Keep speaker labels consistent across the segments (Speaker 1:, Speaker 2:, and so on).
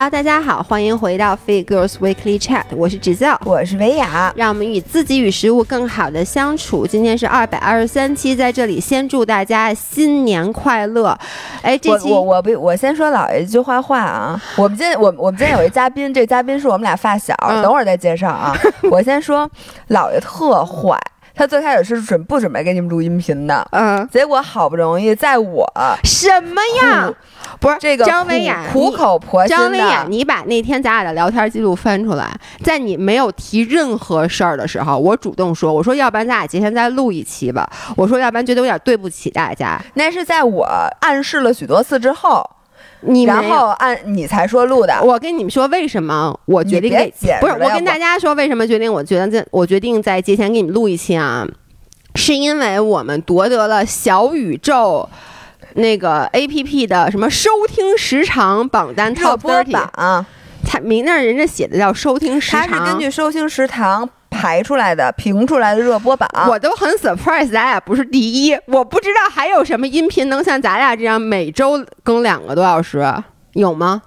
Speaker 1: Hello，大家好，欢迎回到 Fit Girls Weekly Chat，我是 Giselle。
Speaker 2: 我是维雅，
Speaker 1: 让我们与自己与食物更好的相处。今天是二百二十三期，在这里先祝大家新年快乐。哎，这
Speaker 2: 我
Speaker 1: 期
Speaker 2: 我我不我先说姥爷一句坏话 啊，我们今天我我们今天有一嘉宾，这嘉宾是我们俩发小，
Speaker 1: 嗯
Speaker 2: 等会儿再介绍 啊。我先说姥爷特坏，他最开始是准不准备给你们录音频的，
Speaker 1: 嗯，
Speaker 2: 结果好不容易在我
Speaker 1: 什么呀？不是
Speaker 2: 这个
Speaker 1: 张
Speaker 2: 苦
Speaker 1: 文雅，
Speaker 2: 苦
Speaker 1: 你
Speaker 2: 口婆心
Speaker 1: 张文雅，
Speaker 2: 的，
Speaker 1: 你把那天咱俩的聊天记录翻出来，在你没有提任何事儿的时候，我主动说，我说要不然咱俩今天再录一期吧，我说要不然觉得有点对不起大家。
Speaker 2: 那是在我暗示了许多次之后，
Speaker 1: 你没有
Speaker 2: 然后按你才说录的。
Speaker 1: 我跟你们说，为什么我决定
Speaker 2: 你别
Speaker 1: 给
Speaker 2: 解释
Speaker 1: 不是
Speaker 2: 了
Speaker 1: 我
Speaker 2: 要
Speaker 1: 跟
Speaker 2: 不
Speaker 1: 大家说，为什么决定我决定在我决定在节前给你们录一期啊？是因为我们夺得了小宇宙那个 A P P 的什么收听时长榜单
Speaker 2: 热
Speaker 1: Top
Speaker 2: 播
Speaker 1: Thirty，
Speaker 2: 榜，
Speaker 1: 它名那儿人家写的叫收听时
Speaker 2: 它
Speaker 1: 长，
Speaker 2: 啊是根据收听时长排出来的、评出来的热播榜。
Speaker 1: 我都很 surprise，咱俩不是第一，我不知道还有什么音频能像咱俩这样每周更两个多小时，有吗？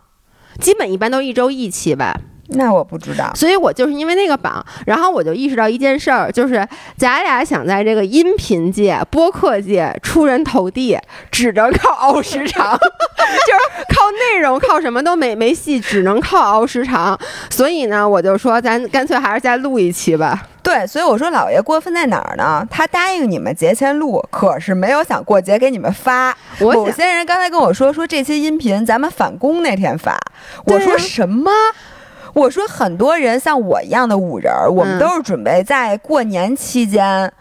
Speaker 1: 基本一般都一周一期吧，
Speaker 2: 那我不知道，
Speaker 1: 所以我就是因为那个榜，然后我就意识到一件事儿，就是咱俩想在这个音频界、播客界出人头地，只能靠熬时 长，就是靠内容、靠什么都没没戏，只能靠熬时长。所以呢，我就说咱干脆还是再录一期吧。
Speaker 2: 对，所以我说姥爷过分在哪儿呢？他答应你们节前录，可是没有想过节给你们发。
Speaker 1: 我
Speaker 2: 某
Speaker 1: 想。
Speaker 2: 些人刚才跟我说说这期音频咱们返工那天发，
Speaker 1: 对啊
Speaker 2: 我
Speaker 1: 呀
Speaker 2: 说什么？我说很多人像我一样的五人儿，我
Speaker 1: 嗯
Speaker 2: 们都是准备在过年期间。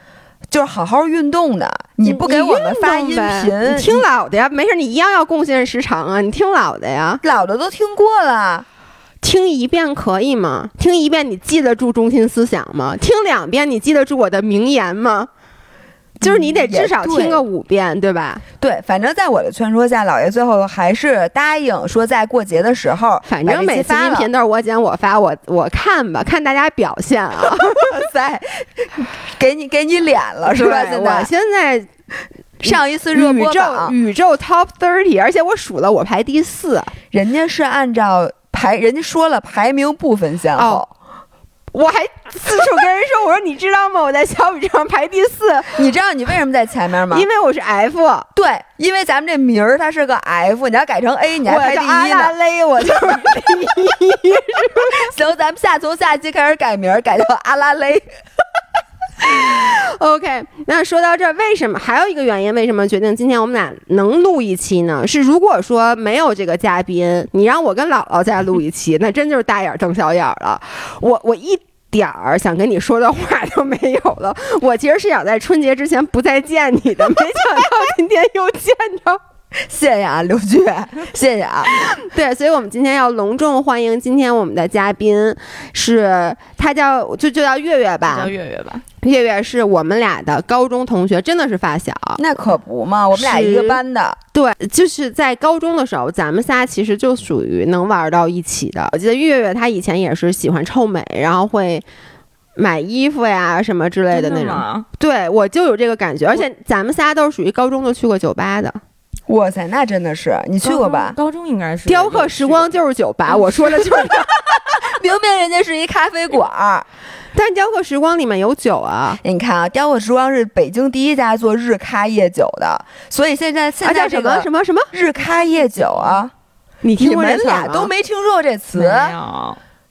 Speaker 2: 就是好好运动的，你不给我们发音
Speaker 1: 运动呗
Speaker 2: 频，
Speaker 1: 你听老的呀，没事，你一样要贡献时长啊，你听老的呀，
Speaker 2: 老的都听过了，
Speaker 1: 听一遍可以吗？听一遍你记得住中心思想吗？听两遍你记得住我的名言吗？就是你得
Speaker 2: 嗯也
Speaker 1: 至少听个五遍，对吧？
Speaker 2: 对，反正在我的劝说下，姥爷最后还是答应说，在过节的时候，
Speaker 1: 反正每次
Speaker 2: 发
Speaker 1: 音
Speaker 2: 了。
Speaker 1: 频都是我剪我发，我我看吧，看大家表现 啊，
Speaker 2: 塞，给你给你脸了是吧？
Speaker 1: 对
Speaker 2: 现
Speaker 1: 我
Speaker 2: 在
Speaker 1: 现在
Speaker 2: 上一次热
Speaker 1: 宇
Speaker 2: 播
Speaker 1: 宙
Speaker 2: 榜，
Speaker 1: 宇宙 top thirty，而且我数了，我排第四，
Speaker 2: 人家是按照排，人家说了排名不分先后。
Speaker 1: 哦我还四处跟人说，我说你知道吗？我在小宇宙上排第 四，
Speaker 2: 你知道你为什么在前面吗？
Speaker 1: 因为我是 F。
Speaker 2: 对，因为咱们这名儿它是个 F，你要改成 A，你还排
Speaker 1: 我
Speaker 2: 第
Speaker 1: 叫阿
Speaker 2: 一
Speaker 1: 拉
Speaker 2: 呢。
Speaker 1: 蕾，我就是第一。
Speaker 2: 行，咱们下从下期开始改名儿，改叫阿拉蕾。
Speaker 1: OK，那说到这儿，为什么还有一个原因？为什么决定今天我们俩能录一期呢？是如果说没有这个嘉宾，你让我跟姥姥再录一期，那真就是大眼瞪小眼儿了。我我一。点儿想跟你说的话都没有了。我其实是想在春节之前不再见你的，没想到今天又见着。
Speaker 2: 谢谢啊，刘 俊，谢谢啊。
Speaker 1: 对，所以我们今天要隆重欢迎今天我们的嘉宾，是他叫就就叫月月吧，
Speaker 3: 叫月月吧，
Speaker 1: 月月是我们俩的高中同学，真的是发小。
Speaker 2: 那可不嘛，我们俩一个班的。
Speaker 1: 对，就是在高中的时候，咱们仨其实就属于能玩到一起的。我记得月月她以前也是喜欢臭美，然后会买衣服呀什么之类的那
Speaker 3: 真
Speaker 1: 种。
Speaker 3: 吗
Speaker 1: 对，我就有这个感觉，而且咱们仨都是属于高中就去过酒吧的。
Speaker 2: 哇塞，那真的是你去过吧？
Speaker 3: 高中高中应该是
Speaker 1: 雕刻时光就是酒 吧，我说的就是 它。
Speaker 2: 明明人家是一咖啡馆儿。
Speaker 1: 但是雕刻时光里面有酒啊，
Speaker 2: 你看啊，雕刻时光是北京第一家做日咖夜酒的，所以现在 现
Speaker 1: 啊叫
Speaker 2: 在
Speaker 1: 什
Speaker 2: 这
Speaker 1: 么
Speaker 2: 个
Speaker 1: 什么什么？
Speaker 2: 日咖夜酒啊，
Speaker 1: 你啊
Speaker 2: 你
Speaker 1: 听过这
Speaker 2: 们
Speaker 1: 词儿
Speaker 2: 俩
Speaker 1: 吗
Speaker 2: 都没听说过这
Speaker 3: 有
Speaker 2: 词，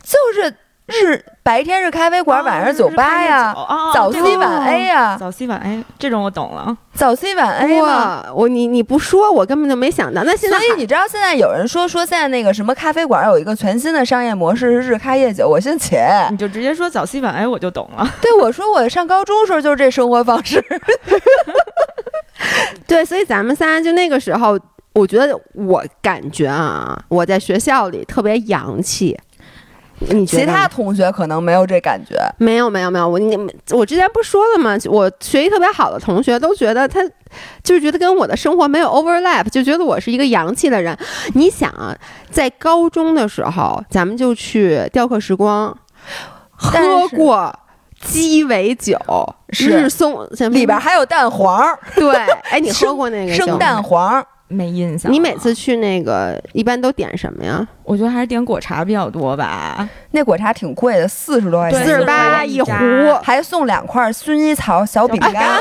Speaker 2: 就是日白天是咖啡馆，晚
Speaker 1: 哦
Speaker 3: 哦
Speaker 2: 上酒吧呀，早 C 晚 A 呀，
Speaker 3: 早 C 晚 A 这种我懂了，
Speaker 2: 早 C 晚 A 嘛。
Speaker 1: 哇，哎我你你不说，我根本就没想到。那现
Speaker 2: 所
Speaker 1: 在还
Speaker 2: 以你知道现在有人说说现在那个什么咖啡馆有一个全新的商业模式是日咖夜酒，我 信且。
Speaker 3: 你就直接说早 C 晚 A 我就懂了。
Speaker 2: 对我说我上高中时候就是这生活方式，
Speaker 1: 对，所以咱们仨就那个时候，我觉得我感觉啊，我在学校里特别洋气。你觉得
Speaker 2: 其
Speaker 1: 呢
Speaker 2: 他同学可能没有这感觉。
Speaker 1: 没有没有没有，我你我之前不是说了吗？我学习特别好的同学都觉得他就是觉得跟我的生活没有 overlap，就觉得我是一个洋气的人。你想啊，在高中的时候，咱们就去雕刻时光，
Speaker 2: 但是
Speaker 1: 喝过鸡尾酒，
Speaker 2: 是
Speaker 1: 日松
Speaker 2: 里边还有蛋黄儿，
Speaker 1: 对，哎，你喝
Speaker 2: 生
Speaker 1: 过那个酒
Speaker 2: 生
Speaker 1: 吗
Speaker 2: 蛋黄儿，
Speaker 3: 没印象了。
Speaker 1: 你每次去那个一般都点什么呀？
Speaker 3: 我觉得还是点果茶比较多吧。
Speaker 2: 那果茶挺贵的，四十多块
Speaker 3: 对
Speaker 2: 钱，
Speaker 1: 四十八
Speaker 3: 一
Speaker 1: 一壶，啊
Speaker 3: 扎
Speaker 2: 还送两块薰衣草小饼
Speaker 3: 小饼
Speaker 2: 干
Speaker 3: 干。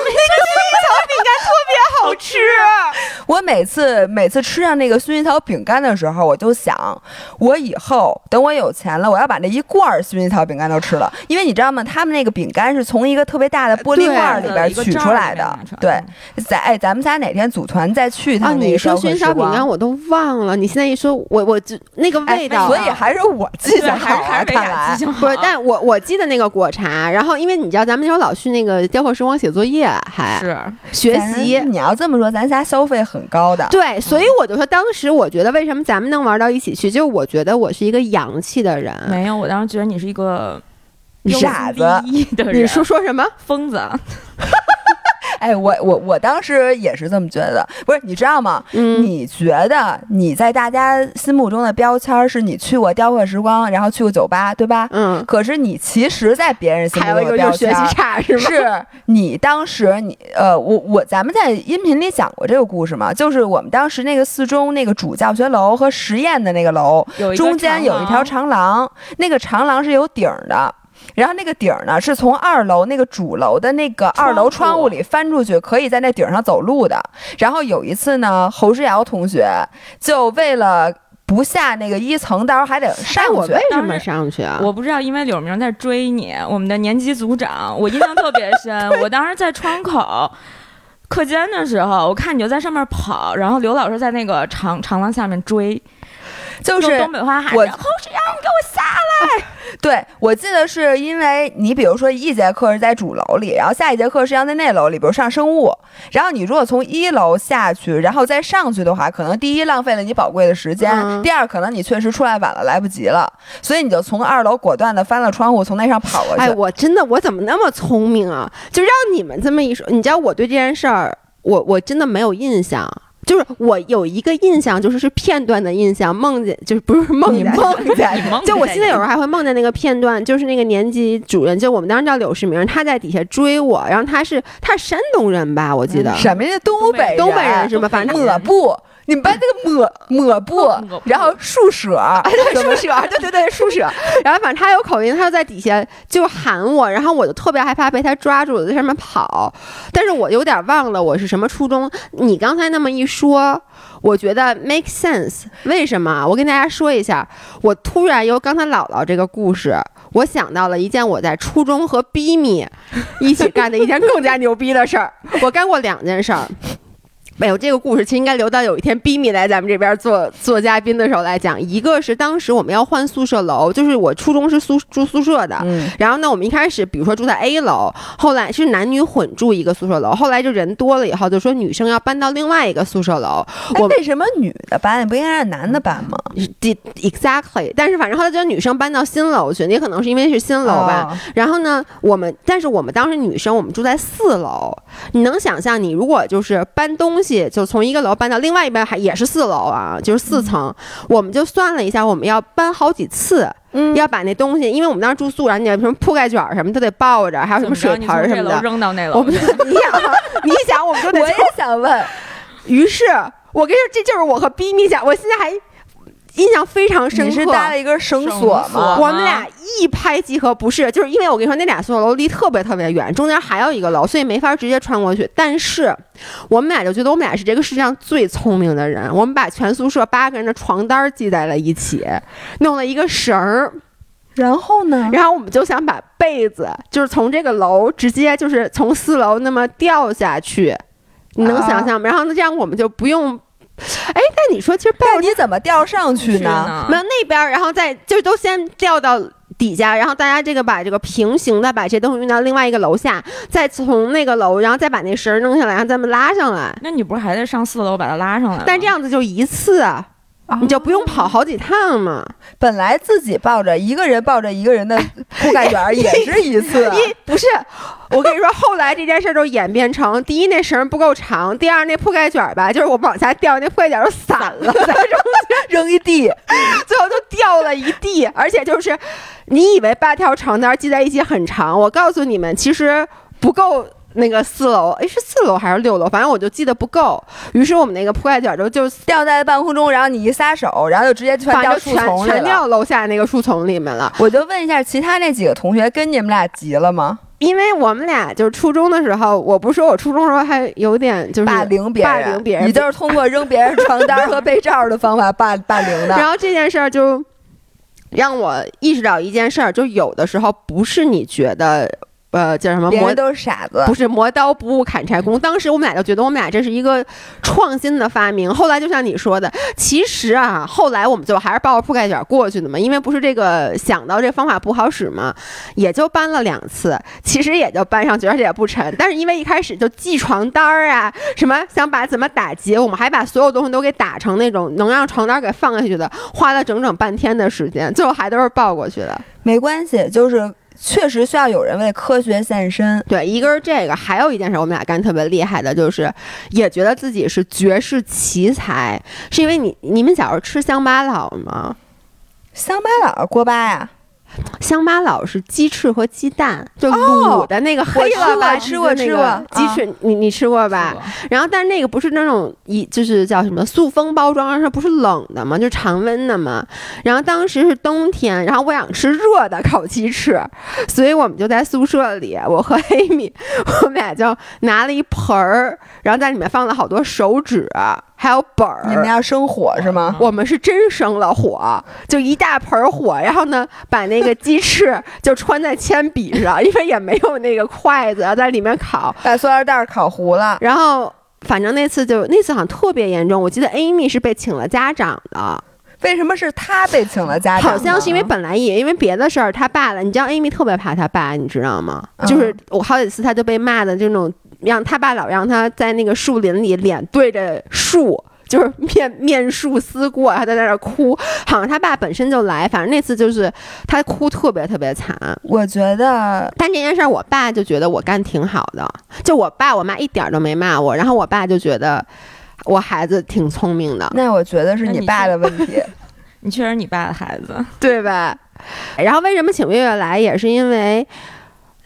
Speaker 1: 好吃。啊
Speaker 2: 我每次每次吃上那个薰衣草饼干的时候，我就想，我以后等我有钱了，我要把那一罐儿薰衣草饼干都吃了，因为你知道吗？他们那个饼干是从一个特别大的玻璃
Speaker 1: 对
Speaker 2: 罐儿里边
Speaker 3: 一个
Speaker 2: 取
Speaker 3: 罩
Speaker 2: 出
Speaker 3: 儿
Speaker 2: 来
Speaker 3: 里面
Speaker 2: 的
Speaker 3: 拿出。
Speaker 2: 对，咱哎，咱们仨哪天组团再去一
Speaker 1: 啊，
Speaker 2: 趟那
Speaker 1: 你
Speaker 2: 个烧
Speaker 1: 说
Speaker 2: 烤
Speaker 1: 薰衣
Speaker 2: 时
Speaker 1: 草饼
Speaker 2: 光
Speaker 1: 干我都忘了，你现在一说，我我就那个味道
Speaker 2: 哎，
Speaker 1: 啊。
Speaker 2: 所以还是我记
Speaker 3: 对
Speaker 2: 性
Speaker 3: 还
Speaker 2: 好
Speaker 3: 是还
Speaker 2: 啊，
Speaker 3: 是北
Speaker 2: 看
Speaker 3: 雅
Speaker 2: 来
Speaker 3: 记。性好。
Speaker 1: 不是，但我我记得那个果茶，然后因为你知道，咱们那时候老去那个雕刻时光写作业，还
Speaker 3: 是
Speaker 1: 学
Speaker 2: 咱
Speaker 1: 习，
Speaker 2: 你要这么说，咱仨消费很高的。
Speaker 1: 对，所以我就说，当时我觉得为什么咱们能玩到一起去，就是我觉得我是一个洋气的人，
Speaker 3: 没有，我当时觉得你是一个
Speaker 2: 傻子
Speaker 3: 有利益的人，
Speaker 1: 你说说什么？
Speaker 3: 疯子，
Speaker 2: 哎，我我我当时也是这么觉得，不是你知道吗？
Speaker 1: 嗯，
Speaker 2: 你觉得你在大家心目中的标签儿是你去过雕刻时光，然后去过酒吧，对吧？
Speaker 1: 嗯，
Speaker 2: 可是你其实，在别人心
Speaker 1: 还
Speaker 2: 目
Speaker 1: 有一
Speaker 2: 中的
Speaker 1: 个就
Speaker 2: 标
Speaker 1: 是学
Speaker 2: 签
Speaker 1: 习
Speaker 2: 儿
Speaker 1: 差是吗？
Speaker 2: 是你当时你呃，我我咱们在音频里讲过这个故事嘛，就是我们当时那个四中那个主教学楼和实验的那个楼
Speaker 3: 有一个
Speaker 2: 中间有一条
Speaker 3: 长
Speaker 2: 长廊，那个长廊是有顶儿的。然后那个顶儿呢，是从二楼那个主楼的那个二楼窗户里翻出去，可以在那顶儿上走路的。然后有一次呢，侯世尧同学就为了不下那个一层，到时候还得上
Speaker 1: 哎，我
Speaker 2: 去
Speaker 1: 为。什
Speaker 3: 当
Speaker 1: 么
Speaker 3: 时
Speaker 1: 上去啊？
Speaker 3: 廊。我不知道，因为柳明在追你，我们的年级组长，我印象特别 深。我当时在窗口课间的时候，我看你就在上面跑，然后刘老师在那个长长廊下面追，
Speaker 2: 就
Speaker 3: 就是东北话喊
Speaker 2: 我
Speaker 3: 着“哦侯世阳，你给我下
Speaker 2: 对，我记得是因为你，比如说一节课是在主楼里，然后下一节课是要在那楼里，比如上生物。然后你如果从一楼下去，然后再上去的话，可能第一浪费了你宝贵的时间，
Speaker 1: 嗯
Speaker 2: 第二可能你确实出来晚了，来不及了，所以你就从二楼果断的翻了窗户，从那上跑过去。
Speaker 1: 哎，我真的我怎么那么聪明啊？就让你们这么一说，你知道我对这件事儿，我我真的没有印象。就是我有一个印象，就是是片段的印象，梦见就是不是梦
Speaker 2: 你
Speaker 1: 见，
Speaker 2: 梦见
Speaker 3: 来”。
Speaker 1: 就我现在有时候还会梦见那个片段，就是那个年级主任，就我们当时叫柳世明，他在底下追我，然后他是他是山东人吧，我记得，
Speaker 2: 什么呀？东北
Speaker 1: 东北人是吧？反正他
Speaker 2: 抹布，你们班那个抹抹 布
Speaker 3: 抹布，
Speaker 2: 然后树舍，
Speaker 1: 宿舍， 对对对，宿舍。然后反正他有口音，他就在底下就喊我，然后我就特别害怕被他抓住，我在上面跑。但是我有点忘了我是什么初衷。你刚才那么一说，我觉得 make sense。为什么？我跟大家说一下，我突然由刚才姥姥这个故事。我想到了一件我在初中和逼咪一起干的一件更加牛逼的事儿。我干过两件事儿，哎呦，这个故事其实应该留到有一天逼米来咱们这边做做嘉宾的时候来讲。一个是当时我们要换宿舍楼，就是我初中是宿住宿舍的，
Speaker 2: 嗯，
Speaker 1: 然后呢，我们一开始比如说住在 A 楼，后来是男女混住一个宿舍楼，后来就人多了以后就说女生要搬到另外一个宿舍楼，
Speaker 2: 哎
Speaker 1: 我
Speaker 2: 为什么女的班不应该让男的班吗？
Speaker 1: d exactly，但是反正后来就女生搬到新楼去，也可能是因为是新楼吧。
Speaker 2: 哦，
Speaker 1: 然后呢，我们但是我们当时女生，我们住在四楼，你能想象你如果就是搬东西，就从一个楼搬到另外一边还也是四楼啊，就是四层，我们就算了一下，我们要搬好几次，
Speaker 2: 嗯
Speaker 1: 要把那东西，因为我们当时住宿，然后你有什么铺盖卷儿什么都得抱着，还有什么水盆儿什么的。
Speaker 3: 扔到那楼
Speaker 1: 我们就你想，你想，我们就
Speaker 2: 我
Speaker 1: 得
Speaker 2: 也想问，
Speaker 1: 于是，我跟你说，这就是我和逼咪讲，我现在还印象非常深刻。
Speaker 2: 你是搭了一根绳
Speaker 3: 绳
Speaker 2: 索
Speaker 3: 索
Speaker 2: 吗？
Speaker 1: 我们俩一拍即合，不是，就是因为我跟你说那俩宿舍楼离特别特别远，中间还有一个楼，所以没法直接穿过去。但是我们俩就觉得我们俩是这个世界上最聪明的人，我们把全宿舍八个人的床单儿系在了一起，弄了一个绳儿，
Speaker 2: 然后呢？
Speaker 1: 然后我们就想把被子就是从这个楼直接就是从四楼那么掉下去，你能
Speaker 2: 啊
Speaker 1: 想象吗？然后呢，这样我们就不用。哎，但你说其实被
Speaker 2: 但你怎么吊上去
Speaker 3: 去
Speaker 2: 呢？
Speaker 3: 呢
Speaker 1: 没有那边儿，然后再就是都先掉到底下，然后大家这个把这个平行的把这东西运到另外一个楼下，再从那个楼，然后再把那绳儿弄下来，然后再拉上来。
Speaker 3: 那你不是还得上四楼把它拉上来吗？
Speaker 1: 但这样子就一次，啊，你就不用跑好几趟嘛。
Speaker 2: 本来自己抱着一个人抱着一个人 的铺盖卷儿也是一次，
Speaker 1: 一不是，我跟你说，后来这件事儿就演变成：第一，那绳儿不够长；第二，那铺盖卷儿吧，就是我们往下掉，那铺盖卷儿就散了，在扔
Speaker 2: 扔一地，
Speaker 1: 最后就掉了一地，而且就是你以为八条床单系在一起很长，我告诉你们，其实不够那个四楼，哎，是四楼还是六楼？反正我就记得不够。于是我们那个铺盖卷就就
Speaker 2: 吊在半空中，然后你一撒手，然后就直接全
Speaker 1: 反
Speaker 2: 掉
Speaker 1: 正
Speaker 2: 树
Speaker 1: 全
Speaker 2: 丛里
Speaker 1: 全
Speaker 2: 了。
Speaker 1: 掉楼下那个树丛里面了。
Speaker 2: 我就问一下，其他那几个同学跟你们俩急了吗？
Speaker 1: 因为我们俩就是初中的时候，我不是说我初中的时候还有点就是
Speaker 2: 霸凌别
Speaker 1: 嗯
Speaker 2: 人，
Speaker 1: 霸凌别人
Speaker 2: 你就是通过扔别人床单和被罩的方法霸 霸凌的。
Speaker 1: 然后这件事儿就让我意识到一件事儿，就有的时候不是你觉得呃叫什么
Speaker 2: 别
Speaker 1: 磨
Speaker 2: 人都是傻子
Speaker 1: 不，是磨刀不误砍柴工。当时我们俩就觉得我们俩这是一个创新的发明。后来就像你说的，其实啊，后来我们就还是抱着铺盖卷过去的嘛，因为不是这个想到这方法不好使嘛，也就搬了两次，其实也就搬上去，而且也不沉。但是因为一开始就系床单儿啊，什么想把怎么打结，我们还把所有东西都给打成那种能让床单儿给放下去的，花了整整半天的时间，最后还都是抱过去的。
Speaker 2: 没关系，就是确实需要有人为科学献身。
Speaker 1: 对，一个是这个，还有一件事我们俩干特别厉害的，就是也觉得自己是绝世奇才，是因为你你们小时候吃乡巴佬吗？
Speaker 2: 乡巴佬锅巴呀，
Speaker 1: 乡巴佬是鸡翅和鸡蛋，就卤的那个黑
Speaker 2: 哦我吃
Speaker 1: 了吧，
Speaker 2: 过吃过
Speaker 1: 就是那
Speaker 2: 吃
Speaker 1: 个
Speaker 2: 过啊
Speaker 1: 鸡翅，你你吃过吧？
Speaker 3: 吧？
Speaker 1: 然后，但是那个不是那种一就是叫什么塑封包装，它不是冷的嘛，就是常温的嘛。然后当时是冬天，然后我想吃热的烤鸡翅，所以我们就在宿舍里，我和 Amy 我们俩就拿了一盆儿，然后在里面放了好多手指，还有本儿。
Speaker 2: 你们要生火是吗？
Speaker 1: 我们是真生了火，就一大盆儿火，然后呢，把那个鸡翅就穿在铅笔上， 因为也没有那个筷子，然后在里面烤。
Speaker 2: 把塑料袋儿烤糊了。
Speaker 1: 然后反正那次就那次好像特别严重，我记得 Amy 是被请了家长的，
Speaker 2: 为什么是他被请了家长
Speaker 1: 好
Speaker 2: 呢？
Speaker 1: 像是因为本来也因为别的事儿他爸了，你知道 Amy 特别怕他爸，你知道吗？
Speaker 2: 嗯
Speaker 1: 就是我好几次他就被骂的这种，让他爸老让他在那个树林里脸对着树。就是面面树思过，他在那儿哭，好像他爸本身就来，反正那次就是他哭特别特别惨。
Speaker 2: 我觉得
Speaker 1: 但这件事儿，我爸就觉得我干挺好的，就我爸我妈一点儿都没骂我，然后我爸就觉得我孩子挺聪明的，
Speaker 2: 那我觉得是
Speaker 3: 那
Speaker 2: 你
Speaker 3: 你
Speaker 2: 爸
Speaker 3: 是
Speaker 2: 的问题。
Speaker 3: 你确实你爸的孩子，
Speaker 1: 对吧？然后为什么请月月来，也是因为。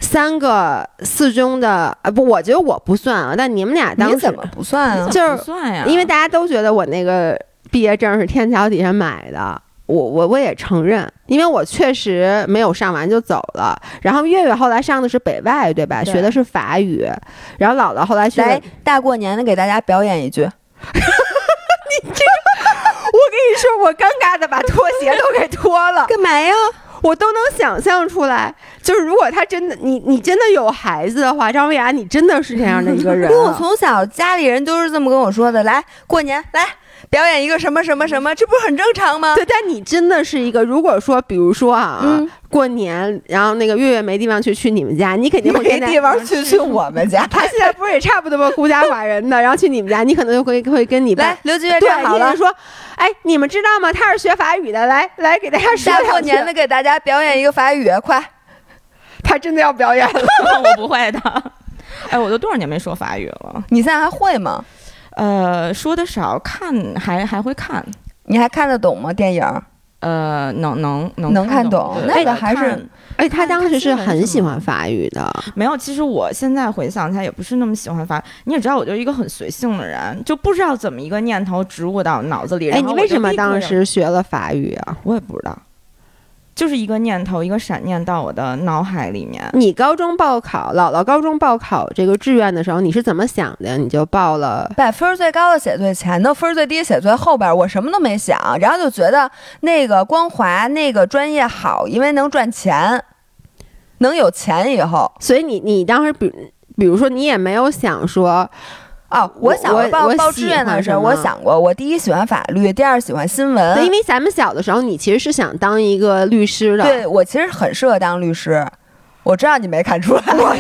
Speaker 1: 三个四中的啊不，我觉得我不算啊，但你们俩当
Speaker 2: 你
Speaker 1: 时
Speaker 2: 怎么不算啊
Speaker 3: 你？
Speaker 1: 就
Speaker 3: 怎
Speaker 1: 是
Speaker 3: 么不算呀？
Speaker 1: 因 为大家都觉得我那个毕业证是天桥底下买的，我我我也承认，因为我确实没有上完就走了。然后月月后来上的是北外，对吧？
Speaker 3: 对
Speaker 1: 学的是法语，然后姥姥后来去了
Speaker 2: 来，大过年的给大家表演一句。
Speaker 1: 我跟你说，我尴尬的把拖鞋都给脱了，
Speaker 2: 干嘛呀？
Speaker 1: 我都能想象出来。就是如果他真的，你你真的有孩子的话，张薇雅，你真的是这样的一个
Speaker 2: 啊因
Speaker 1: 人啊
Speaker 2: 为。我从小家里人都是这么跟我说的。来，过年来表演一个什么什么什么，这不是很正常吗？
Speaker 1: 对，但你真的是一个，如果说，比如说啊，
Speaker 2: 嗯
Speaker 1: 过年，然后那个月月没地方去，去你们家，你肯定会
Speaker 2: 没
Speaker 1: 跟他
Speaker 2: 地方去去我 们家。
Speaker 1: 他现在不是也差不多孤家寡人的，然后去你们家，你可能就会会跟你爸
Speaker 2: 来，刘志远
Speaker 1: 对，
Speaker 2: 站好
Speaker 1: 你
Speaker 2: 了
Speaker 1: 得。说，哎，你们知道吗？他是学法语的，来来给大家说
Speaker 2: 大
Speaker 1: 两
Speaker 2: 过
Speaker 1: 句
Speaker 2: 年的，给大家表演一个法语，快！
Speaker 1: 他真的要表演 了。
Speaker 3: 哦我不会的。 哎，我都多少年没说法语了？
Speaker 2: 你现在还会吗？
Speaker 3: 呃，说的少，看还还会看，
Speaker 2: 你还看得懂吗？电影儿？
Speaker 3: 呃，能能能
Speaker 2: 能看
Speaker 3: 看
Speaker 2: 懂
Speaker 3: 对
Speaker 2: 那
Speaker 3: 对
Speaker 2: 个还是
Speaker 3: 看
Speaker 1: 哎，他当时是
Speaker 3: 看新闻
Speaker 1: 很
Speaker 3: 是
Speaker 1: 喜
Speaker 3: 吗
Speaker 1: 欢法语的，
Speaker 3: 没有，其实我现在回想起来也不是那么喜欢发。你也知道，我就是一个很随性的人，就不知道怎么一个念头植入到脑子里。
Speaker 1: 哎，
Speaker 3: 然后
Speaker 1: 你
Speaker 3: 我
Speaker 1: 为
Speaker 3: 就
Speaker 1: 什么
Speaker 3: 立刻
Speaker 1: 当
Speaker 3: 有
Speaker 1: 时学了法语啊？
Speaker 3: 我也不知道，就是一个念头，一个闪念到我的脑海里面。
Speaker 1: 你高中报考，姥姥高中报考这个志愿的时候，你是怎么想的？你就报了。
Speaker 2: 把分儿最高的写最前头，分儿最低的写最后边儿。我什么都没想，然后就觉得那个光华那个专业好，因为能赚钱，能有钱以后。
Speaker 1: 所以你你当时比比如说你也没有想说，
Speaker 2: 哦，
Speaker 1: 我
Speaker 2: 我想过
Speaker 1: 我
Speaker 2: 报
Speaker 1: 我
Speaker 2: 报
Speaker 1: 喜
Speaker 2: 志愿的
Speaker 1: 欢
Speaker 2: 时候，
Speaker 1: 什么
Speaker 2: 我想过，我第一喜欢法律，第二喜欢新闻。
Speaker 1: 因为咱们小的时候你其实是想当一个律师的，
Speaker 2: 对我其实很适合当律师，我知道你没看出来，我
Speaker 1: 我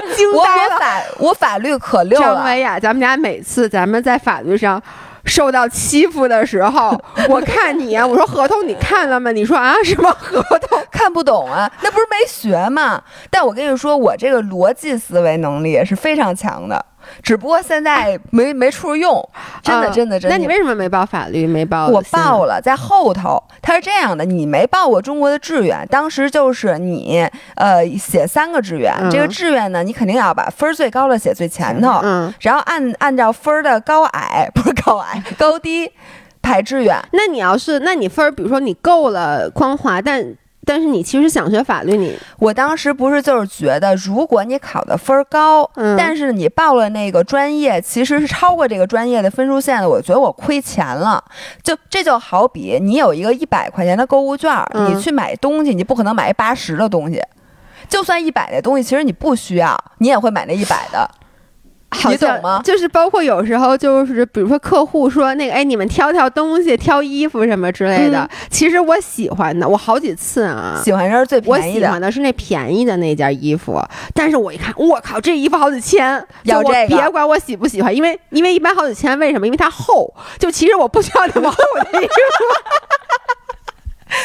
Speaker 1: 都惊
Speaker 2: 我
Speaker 1: 呆了。
Speaker 2: 法我法律可溜
Speaker 1: 张
Speaker 2: 了。
Speaker 1: 维雅，咱们俩每次咱们在法律上。受到欺负的时候，我看你，我说合同你看了吗？你说啊什么合同？
Speaker 2: 看不懂啊，那不是没学吗？但我跟你说，我这个逻辑思维能力也是非常强的。只不过现在没没处用，真的
Speaker 1: 啊
Speaker 2: 真的真
Speaker 1: 那
Speaker 2: 的。
Speaker 1: 你为什么没报法律？没报
Speaker 2: 我
Speaker 1: 新闻
Speaker 2: 报了，在后头，他是这样的，你没报过中国的志愿，当时就是你呃写三个志愿，
Speaker 1: 嗯
Speaker 2: 这个志愿呢，你肯定要把分儿最高的写最前头，
Speaker 1: 嗯，
Speaker 2: 然后按按照分儿的高矮不是高矮高低排志愿。
Speaker 1: 那你要是那你分儿，比如说你够了光华，但但是你其实想学法律，你
Speaker 2: 我当时不是就是觉得，如果你考的分儿高，
Speaker 1: 嗯
Speaker 2: 但是你报了那个专业，其实是超过这个专业的分数线的，我觉得我亏钱了。就这就好比你有一个一百块钱的购物券儿，
Speaker 1: 嗯
Speaker 2: 你去买东西，你不可能买一八十的东西。就算一百的东西，其实你不需要，你也会买那一百的。
Speaker 1: 好
Speaker 2: 你懂
Speaker 1: 像
Speaker 2: 吗
Speaker 1: 就是包括有时候就是，比如说客户说那个，哎，你们挑挑东西、挑衣服什么之类
Speaker 2: 嗯
Speaker 1: 的。其实我喜欢的，我好几次啊。
Speaker 2: 喜欢这是最
Speaker 1: 我
Speaker 2: 便宜
Speaker 1: 喜
Speaker 2: 的
Speaker 1: 欢，的是那便宜的那件衣服，但是我一看，我靠，这衣服好几千，就
Speaker 2: 要
Speaker 1: 我
Speaker 2: 这个
Speaker 1: 别管我喜不喜欢，因为因为一般好几千，为什么？因为它厚，就其实我不需要那么厚的衣 服。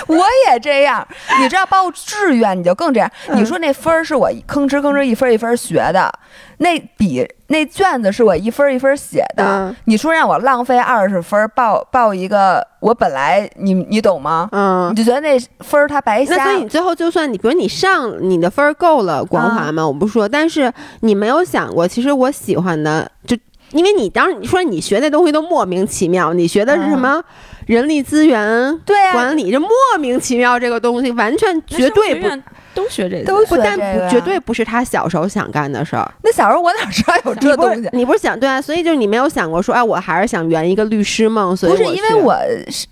Speaker 2: 我也这样。你知道报志愿你就更这样。
Speaker 1: 嗯
Speaker 2: 你说那分儿是我吭哧吭哧一分儿一分儿学的，那笔那卷子是我一分儿一分儿写的。
Speaker 1: 嗯
Speaker 2: 你说让我浪费二十分儿报报一个，我本来你你懂吗？
Speaker 1: 嗯
Speaker 2: 你，就觉得那分儿它白
Speaker 1: 那
Speaker 2: 哎瞎
Speaker 1: 所以
Speaker 2: 了
Speaker 1: 你。最后就算你，比如你上你的分儿够了光
Speaker 2: 啊
Speaker 1: 华嘛，我不说，但是你没有想过，其实我喜欢的就。因为你当时你说你学那东西都莫名其妙，你学的
Speaker 2: 啊
Speaker 1: 是什么人力资源
Speaker 2: 对啊，
Speaker 1: 管理，这莫名其妙这个东西完全
Speaker 3: 那
Speaker 1: 绝
Speaker 3: 生物
Speaker 1: 对
Speaker 3: 学
Speaker 1: 不
Speaker 3: 院都学这些，
Speaker 2: 都
Speaker 1: 不
Speaker 2: 学
Speaker 1: 但
Speaker 2: 这个
Speaker 1: 不
Speaker 2: 呀
Speaker 1: 绝对不是他小时候想干的事儿。
Speaker 2: 那小时候我哪知道有
Speaker 1: 你
Speaker 2: 这
Speaker 1: 不
Speaker 2: 东
Speaker 1: 是
Speaker 2: 西？
Speaker 1: 你不是想对啊，所以就是你没有想过说，哎，我还是想圆一个律师梦，所以
Speaker 2: 不是
Speaker 1: 我
Speaker 2: 因为
Speaker 1: 去
Speaker 2: 我是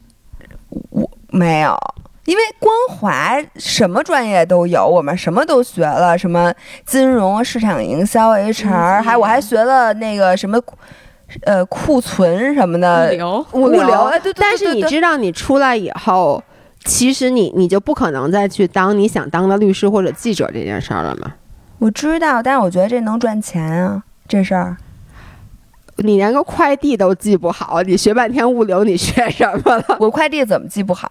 Speaker 2: 我没有，因为光华什么专业都有，我们什么都学了，什么金融、市场营销、HR，、还我
Speaker 1: 嗯
Speaker 2: 还学了那个什么呃库存什么
Speaker 3: 物
Speaker 2: 的。
Speaker 3: 流。
Speaker 2: 物
Speaker 1: 物
Speaker 2: 流哎对对对
Speaker 1: 但是
Speaker 2: 对
Speaker 1: 你
Speaker 2: 对
Speaker 1: 知道，你出来以后，其实你你就不可能再去当你想当的律师或者记者这件事儿了嘛？
Speaker 2: 我知道，但是我觉得这能赚钱啊，这事儿。
Speaker 1: 你连个快递都记不好，你学半天物流，你学什么了？
Speaker 2: 我快递怎么记不好？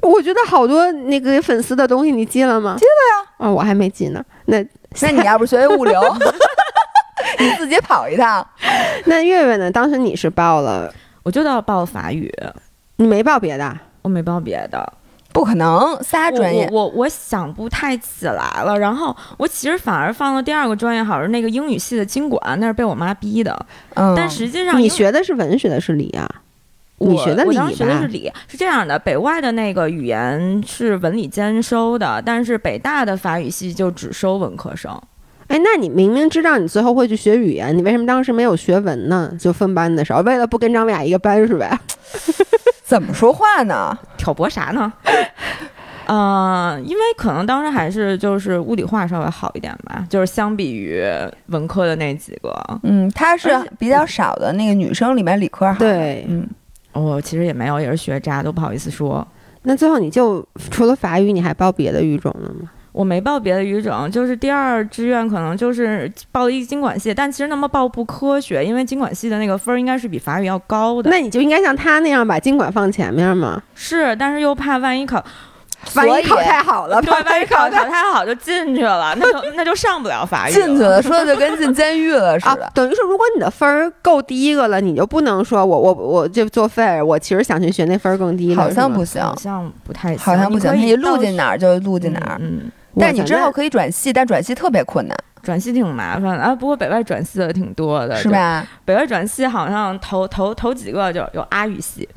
Speaker 1: 我觉得好多那个粉丝的东西你记了吗？记了呀。啊、我还没记呢。 那
Speaker 2: 那你要不学学物流， 你自己跑一趟。
Speaker 1: 那月月呢？当时你是报了，
Speaker 3: 我就要报法语，
Speaker 1: 你没报别的啊？
Speaker 3: 我没报别的。
Speaker 2: 不可能，仨专业
Speaker 3: 我我我我想不太起来了。然后我其实反而放了第二个专业，好像是那个英语系的经管，那是被我妈逼的。
Speaker 2: 嗯，
Speaker 3: 但实际上
Speaker 1: 你
Speaker 3: 英
Speaker 1: 学的是文学的是理啊？
Speaker 3: 我
Speaker 1: 你学的
Speaker 3: 我
Speaker 1: 理
Speaker 3: 当时学的
Speaker 1: 吧
Speaker 3: 是理，是这样的，北外的那个语言是文理兼收的，但是北大的法语系就只收文科生。
Speaker 1: 哎，那你明明知道你最后会去学语言，你为什么当时没有学文呢？就分班的时候，为了不跟张文雅一个班是呗？
Speaker 2: 怎么说话呢？
Speaker 3: 挑拨啥呢？ 嗯，因为可能当时还是就是物理化稍微好一点吧，就是相比于文科的那几个，
Speaker 2: 嗯，她是
Speaker 3: 而且
Speaker 2: 比较少的那个女生里面理科好。，
Speaker 1: 对，
Speaker 2: 嗯，
Speaker 3: 我、其实也没有，也是学渣，都不好意思说。
Speaker 1: 那最后你就除了法语，你还报别的语种了吗？
Speaker 3: 我没报别的语种，就是第二志愿可能就是报了一经管系，但其实那么报不科学，因为经管系的那个分儿应该是比法语要高的。
Speaker 1: 那你就应该像他那样把经管放前面嘛，
Speaker 3: 是，但是又怕万一考，
Speaker 2: 所
Speaker 1: 万一
Speaker 2: 以
Speaker 1: 考太好了，
Speaker 3: 对，万一考
Speaker 1: 考
Speaker 3: 考太好就进去了，那就那就上不了法语
Speaker 2: 进去
Speaker 3: 了。
Speaker 2: 了，说的就跟进监狱了 似
Speaker 1: 啊
Speaker 2: 的，。
Speaker 1: 等于说，如果你的分儿够低个了，你就不能说我我我就作废，我其实想去学那分儿更低的，
Speaker 2: 好像
Speaker 1: 是吗
Speaker 2: 不行，
Speaker 3: 好像不太行，
Speaker 2: 好像不行，
Speaker 3: 你可
Speaker 2: 你
Speaker 3: 以
Speaker 2: 录进
Speaker 3: 到
Speaker 2: 哪儿就录进哪儿。
Speaker 3: 嗯，嗯
Speaker 2: 但
Speaker 1: 我
Speaker 2: 你
Speaker 1: 操
Speaker 2: 之
Speaker 1: 那
Speaker 2: 后可以转系，但转系特别困难，
Speaker 3: 转系挺麻烦的啊。不过北外转系的挺多的，
Speaker 2: 是？吧？
Speaker 3: 北外转系好像头头头几个就有阿语系，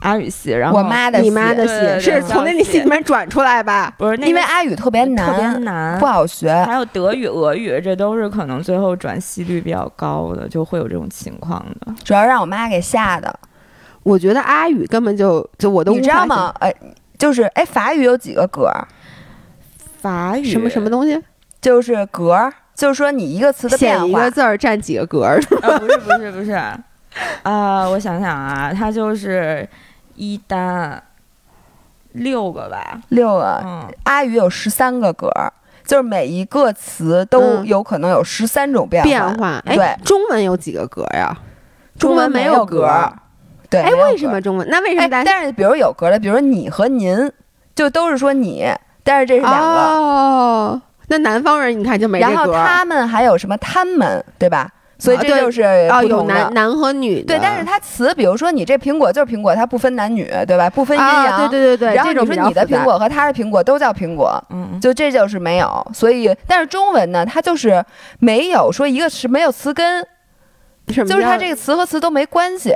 Speaker 3: 阿语系，然后
Speaker 2: 我妈的系，
Speaker 1: 你妈的
Speaker 3: 对对
Speaker 1: 血
Speaker 3: 对
Speaker 1: 是
Speaker 3: 对
Speaker 1: 从那里
Speaker 3: 对
Speaker 1: 里面转出来吧？
Speaker 3: 不是那个
Speaker 2: 因为阿语特别
Speaker 3: 特别
Speaker 2: 难，
Speaker 3: 难
Speaker 2: 不。好学。
Speaker 3: 还有德语、俄语，这都是可能最后转系率比较高的，就会有这种情况的。
Speaker 2: 主要让我妈给吓的，
Speaker 1: 我觉得阿语根本就就我都
Speaker 2: 你
Speaker 1: 无
Speaker 2: 知
Speaker 1: 法
Speaker 2: 道吗？哎，就是哎，法语有几个格儿？
Speaker 3: 法语
Speaker 1: 想？什么什么东西？
Speaker 2: 就是格儿，就是说你一个词的
Speaker 1: 写
Speaker 2: 变
Speaker 1: 一
Speaker 2: 化
Speaker 1: 个。字儿占几个格儿？
Speaker 3: 啊，不是不是不是，啊、我想想啊，它就是一单六个吧，
Speaker 2: 六个，
Speaker 3: 嗯，
Speaker 2: 阿语有十三个格儿，就是每一个词都
Speaker 1: 嗯
Speaker 2: 有可能有十三种变
Speaker 1: 变化。哎，
Speaker 2: 对
Speaker 1: 中文有几个格呀？
Speaker 2: 中
Speaker 1: 文
Speaker 2: 文
Speaker 1: 没
Speaker 2: 有
Speaker 1: 格
Speaker 2: 格儿。对，
Speaker 1: 哎，
Speaker 2: 没有
Speaker 1: 为
Speaker 2: 格
Speaker 1: 什
Speaker 2: 儿
Speaker 1: 么？中文？那为什
Speaker 2: 哎，
Speaker 1: 么大家？
Speaker 2: 但是比如有格的，比如你和您，就都是说你，但是这是两个。
Speaker 1: 哦哦，那南方人你看就没这
Speaker 2: 然后
Speaker 1: 格儿。
Speaker 2: 他们还有什么他们，对吧？所以
Speaker 1: 啊
Speaker 2: 这
Speaker 1: 对
Speaker 2: 就是
Speaker 1: 哦，
Speaker 2: 不
Speaker 1: 有
Speaker 2: 同的。
Speaker 1: 男男和女的，啊
Speaker 2: 对，但是它词，比如说你这苹果就是苹果，它不分男女，对吧？不分阴阳。
Speaker 1: 啊，对对对对，
Speaker 2: 然后
Speaker 1: 这种
Speaker 2: 你说
Speaker 1: 比较
Speaker 2: 你的
Speaker 1: 复杂
Speaker 2: 苹，果和他的苹果都叫苹果，
Speaker 3: 嗯，
Speaker 2: 就这就是没有。所以，但是中文呢，它就是没有说一个是没有词根，
Speaker 1: 什么
Speaker 2: 就是它
Speaker 1: 叫
Speaker 2: 这个词和词都没关系。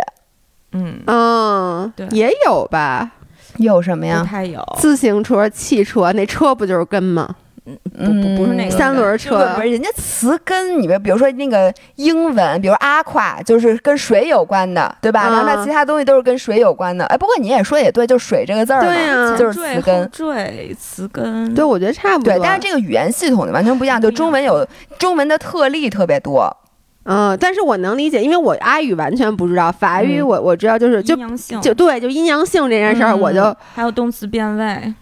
Speaker 3: 嗯，
Speaker 1: 嗯
Speaker 3: 对，
Speaker 1: 也有吧。
Speaker 2: 有什么
Speaker 3: 不
Speaker 2: 呀？
Speaker 3: 太有，
Speaker 1: 自行车、汽车，那车不就是跟吗？
Speaker 3: 不不不是那个
Speaker 1: 嗯三轮车
Speaker 2: 不是不是，人家词根，你们比如说那个英文，比如 aqua 就是跟水有关的，对吧？
Speaker 1: 嗯
Speaker 2: 然后那其他东西都是跟水有关的。哎，不过你也说也对，就水这个字儿嘛，
Speaker 1: 对
Speaker 3: 啊
Speaker 1: 呀
Speaker 2: 就是词根。
Speaker 3: 缀词根，
Speaker 1: 对，我觉得差不多。
Speaker 2: 对，但是这个语言系统就完全不一样，就中文有中文的特例特别多。
Speaker 1: 嗯，但是我能理解，因为我阿语完全不知道，法语
Speaker 2: 嗯
Speaker 1: 我我知道，就是就
Speaker 3: 阴阳性，
Speaker 1: 就对，就阴阳性这件事儿，
Speaker 2: 嗯
Speaker 1: 我就
Speaker 3: 还有动词变位，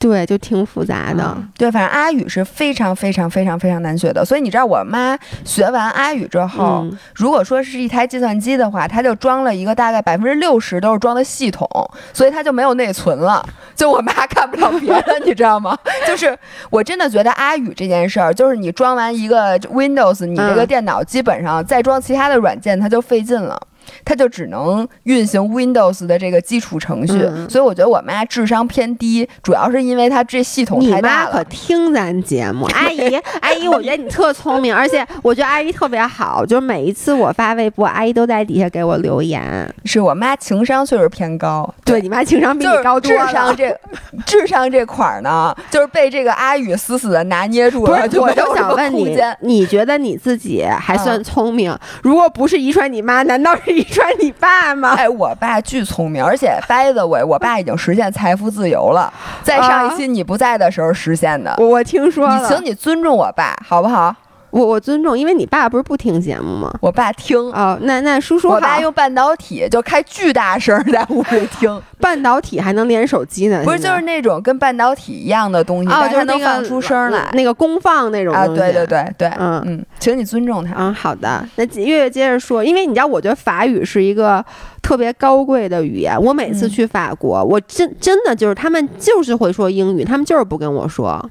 Speaker 1: 对，就挺复杂哎的。
Speaker 2: 对，反正阿语是非常非常非常非常难学的，所以你知道我妈学完阿语之后，
Speaker 1: 嗯，
Speaker 2: 如果说是一台计算机的话，它就装了一个大概百分之六十都是装的系统，所以它就没有内存了。就我妈看不了别的，你知 道吗？就是我真的觉得阿语这件事儿，就是你装完一个 Windows，你这个
Speaker 1: 嗯
Speaker 2: 电脑基本上再装其他的软件，它就费劲了。它就只能运行 Windows 的这个基础程序，
Speaker 1: 嗯
Speaker 2: 所以我觉得我妈智商偏低，主要是因为她这系统
Speaker 1: 你
Speaker 2: 太大
Speaker 1: 妈
Speaker 2: 了。
Speaker 1: 可听咱节目，阿 姨，阿姨，我觉得你特聪明，而且我觉得阿姨特别好，就是每一次我发微博，阿姨都在底下给我留言。
Speaker 2: 是我妈情商确实偏高，
Speaker 1: 对，你妈情商比
Speaker 2: 就是
Speaker 1: 你高多了。
Speaker 2: 智商这智商这块儿呢，就是被这个阿宇死死的拿捏住
Speaker 1: 不
Speaker 2: 了，
Speaker 1: 是，
Speaker 2: 就
Speaker 1: 我
Speaker 2: 没有
Speaker 1: 就
Speaker 2: 什么
Speaker 1: 想问
Speaker 2: 空
Speaker 1: 你
Speaker 2: 间，嗯
Speaker 1: 你觉得你自己还算聪明？如果不是遗传你妈，难道是遗传你爸 吗？
Speaker 2: 哎，我爸巨聪明，而且 by the way，我爸已经实现财富自由了，在上一期你不在的时候实现的。
Speaker 1: 我啊我听说
Speaker 2: 你请
Speaker 1: 了，
Speaker 2: 你尊重我爸好不好？
Speaker 1: 我我尊重，因为你爸不是不听节目吗？
Speaker 2: 我爸听，
Speaker 1: 哦，那那叔叔
Speaker 2: 嗯我爸
Speaker 1: 好，
Speaker 2: 用半导体就开巨大声在屋里 听，
Speaker 1: 半导体还能连手机呢，
Speaker 2: 不是
Speaker 1: 现
Speaker 2: 就
Speaker 1: 在
Speaker 2: 是那种跟半导体一样的东西，
Speaker 1: 啊哦，
Speaker 2: 但
Speaker 1: 就是那
Speaker 2: 它能
Speaker 1: 个
Speaker 2: 放出声来
Speaker 1: 那个功放那种
Speaker 2: 啊！
Speaker 1: 东西
Speaker 2: 对对，对对，
Speaker 1: 嗯
Speaker 2: 嗯，请你尊重他。
Speaker 1: 嗯，好的。那接月月接着说，因为你知道，我觉得法语是一个特别高贵的语言。我每次
Speaker 2: 嗯
Speaker 1: 去法国，我真真的就是他们就是会说英语，他们就是不跟我说，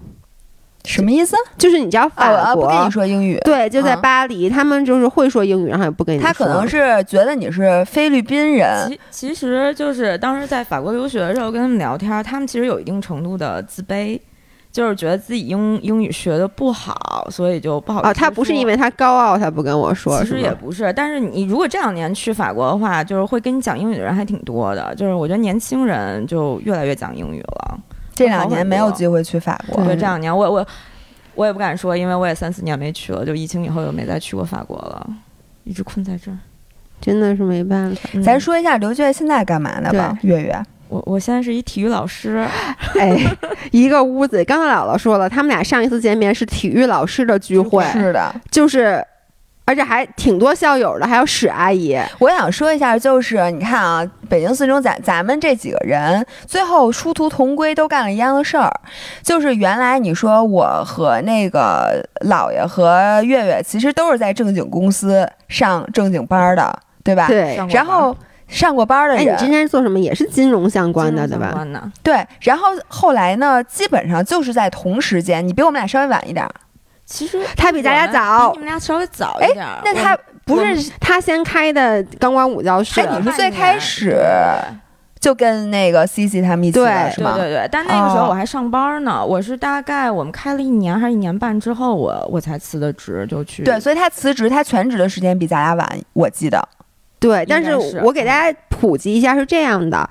Speaker 2: 什么意思？
Speaker 1: 就是你知道
Speaker 2: 啊，我
Speaker 1: 法
Speaker 2: 啊
Speaker 1: 国、
Speaker 2: 不跟你说英语，
Speaker 1: 对，就在
Speaker 2: 嗯
Speaker 1: 巴黎，他们就是会说英语，然后也不跟你说。
Speaker 2: 他可能是觉得你是菲律宾人，
Speaker 3: 嗯其其实就是当时在法国留学的时候跟他们聊天，他们其实有一定程度的自卑，就是觉得自己英英语学的不好，所以就不好意思
Speaker 1: 哦，他不是
Speaker 3: 说
Speaker 1: 因为他高傲，他不跟我说，
Speaker 3: 其
Speaker 1: 是
Speaker 3: 实
Speaker 1: 吗
Speaker 3: 也不是，但是你如果这两年去法国的话，就是会跟你讲英语的人还挺多的。就是我觉得年轻人就越来越讲英语了。
Speaker 2: 这两年没有机会去法国
Speaker 1: 嗯
Speaker 3: 对，。这两年我我我也不敢说，因为我也三四年没去了，就疫情以后就没再去过法国了，一直困在这儿。
Speaker 1: 真的是没办法。
Speaker 3: 嗯
Speaker 2: 咱说一下刘娟现在干嘛呢吧，月月。
Speaker 3: 我我现在是一体育老师，
Speaker 1: 哎，一个屋子，刚才姥姥说了，他们俩上一次见面是体育老师的聚会，
Speaker 2: 是的，
Speaker 1: 就是。而且还挺多校友的，还有史阿姨，
Speaker 2: 我想说一下，就是你看啊，北京四中咱咱们这几个人最后殊途同归，都干了一样的事儿，就是原来你说我和那个姥爷和月月其实都是在正经公司上正经班儿的，对吧？
Speaker 1: 对，
Speaker 3: 上过
Speaker 2: 然后上过班儿的
Speaker 1: 哎，
Speaker 2: 人，
Speaker 1: 你之前是做什么？也是金融相关的，对
Speaker 3: 金融相
Speaker 1: 吧？
Speaker 3: 关的，
Speaker 2: 对，然后后来呢，基本上就是在同时间，你比我们俩稍微晚一点儿。
Speaker 3: 其实
Speaker 1: 他比大家
Speaker 3: 我们
Speaker 1: 早
Speaker 3: 比你们俩稍微早
Speaker 2: 哎
Speaker 3: 一点儿。
Speaker 2: 那他不
Speaker 1: 不
Speaker 2: 是，
Speaker 1: 是他先开的钢管舞教室
Speaker 2: 哎，你是最
Speaker 3: 半年
Speaker 2: 开始
Speaker 3: 对
Speaker 2: 就跟那个 C C 他们一起的
Speaker 1: 对
Speaker 2: 是吗？
Speaker 3: 对对对，但那个时
Speaker 2: 哦
Speaker 3: 候我还上班呢，我是大概我们开了一年还是一年半之后，我我才辞的职，就去
Speaker 2: 对所以他辞职，他全职的时间比咱俩晚，我记得。
Speaker 1: 对，但
Speaker 3: 该是嗯
Speaker 1: 我给大家普及一下是这样的，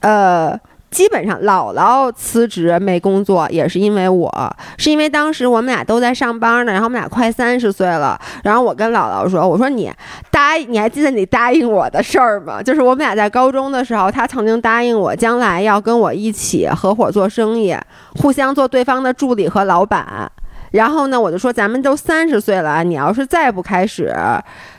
Speaker 1: 呃。基本上，姥姥辞职没工作也是因为我，是因为当时我们俩都在上班呢，然后我们俩快三十岁了，然后我跟姥姥说：“我说你答应，你还记得你答应我的事儿吗？就是我们俩在高中的时候，他曾经答应我，将来要跟我一起合伙做生意，互相做对方的助理和老板。然后呢，我就说咱们都三十岁了，你要是再不开始，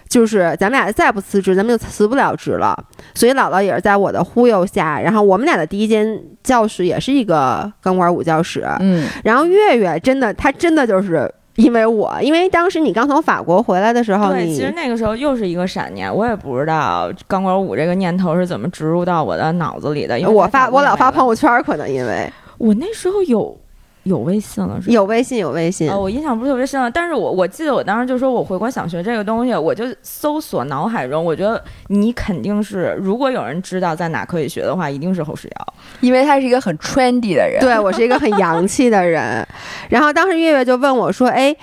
Speaker 1: 就是咱们俩再不辞职，咱们就辞不了职了。所以姥姥也是在我的忽悠下，然后我们俩的第一间教室也是一个钢管舞教室，
Speaker 2: 嗯，
Speaker 1: 然后月月真的，她真的就是因为我，因为当时你刚从法国回来的时候，
Speaker 3: 对，其实
Speaker 1: 哦你
Speaker 3: 那个时候又是一个闪念，我也不知道钢管舞这个念头是怎么植入到我的脑子里的。因为
Speaker 1: 我
Speaker 3: 在法
Speaker 1: 发
Speaker 3: 国
Speaker 1: 我老
Speaker 3: 买
Speaker 1: 发
Speaker 3: 了
Speaker 1: 朋友圈，可能因为
Speaker 3: 我那时候有有微信了是吧？
Speaker 1: 有微信，有微信
Speaker 3: 哦，。我印象不是特别深了，但是我我记得我当时就说，我回国想学这个东西，我就搜索脑海中，我觉得你肯定是，如果有人知道在哪可以学的话，一定是后世瑶。
Speaker 2: 因为他是一个很 trendy 的人。
Speaker 1: 对我是一个很洋气的人。然后当时月月就问我说：“哎，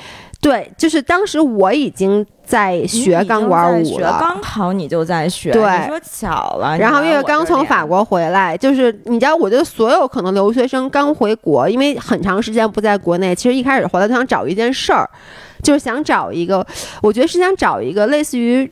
Speaker 1: 对，就是当时我已经在学钢管
Speaker 3: 你已经
Speaker 1: 舞
Speaker 3: 在学
Speaker 1: 了。”
Speaker 3: 刚好你就在学，
Speaker 1: 对
Speaker 3: 你说巧了。
Speaker 1: 然后
Speaker 3: 你
Speaker 1: 月月
Speaker 3: 来我这
Speaker 1: 刚从
Speaker 3: 里
Speaker 1: 法国回来，就是你知道，我觉得所有可能留学生刚回国，因为很长时间不在国内，其实一开始回来就想找一件事儿，就是想找一个，我觉得是想找一个类似于。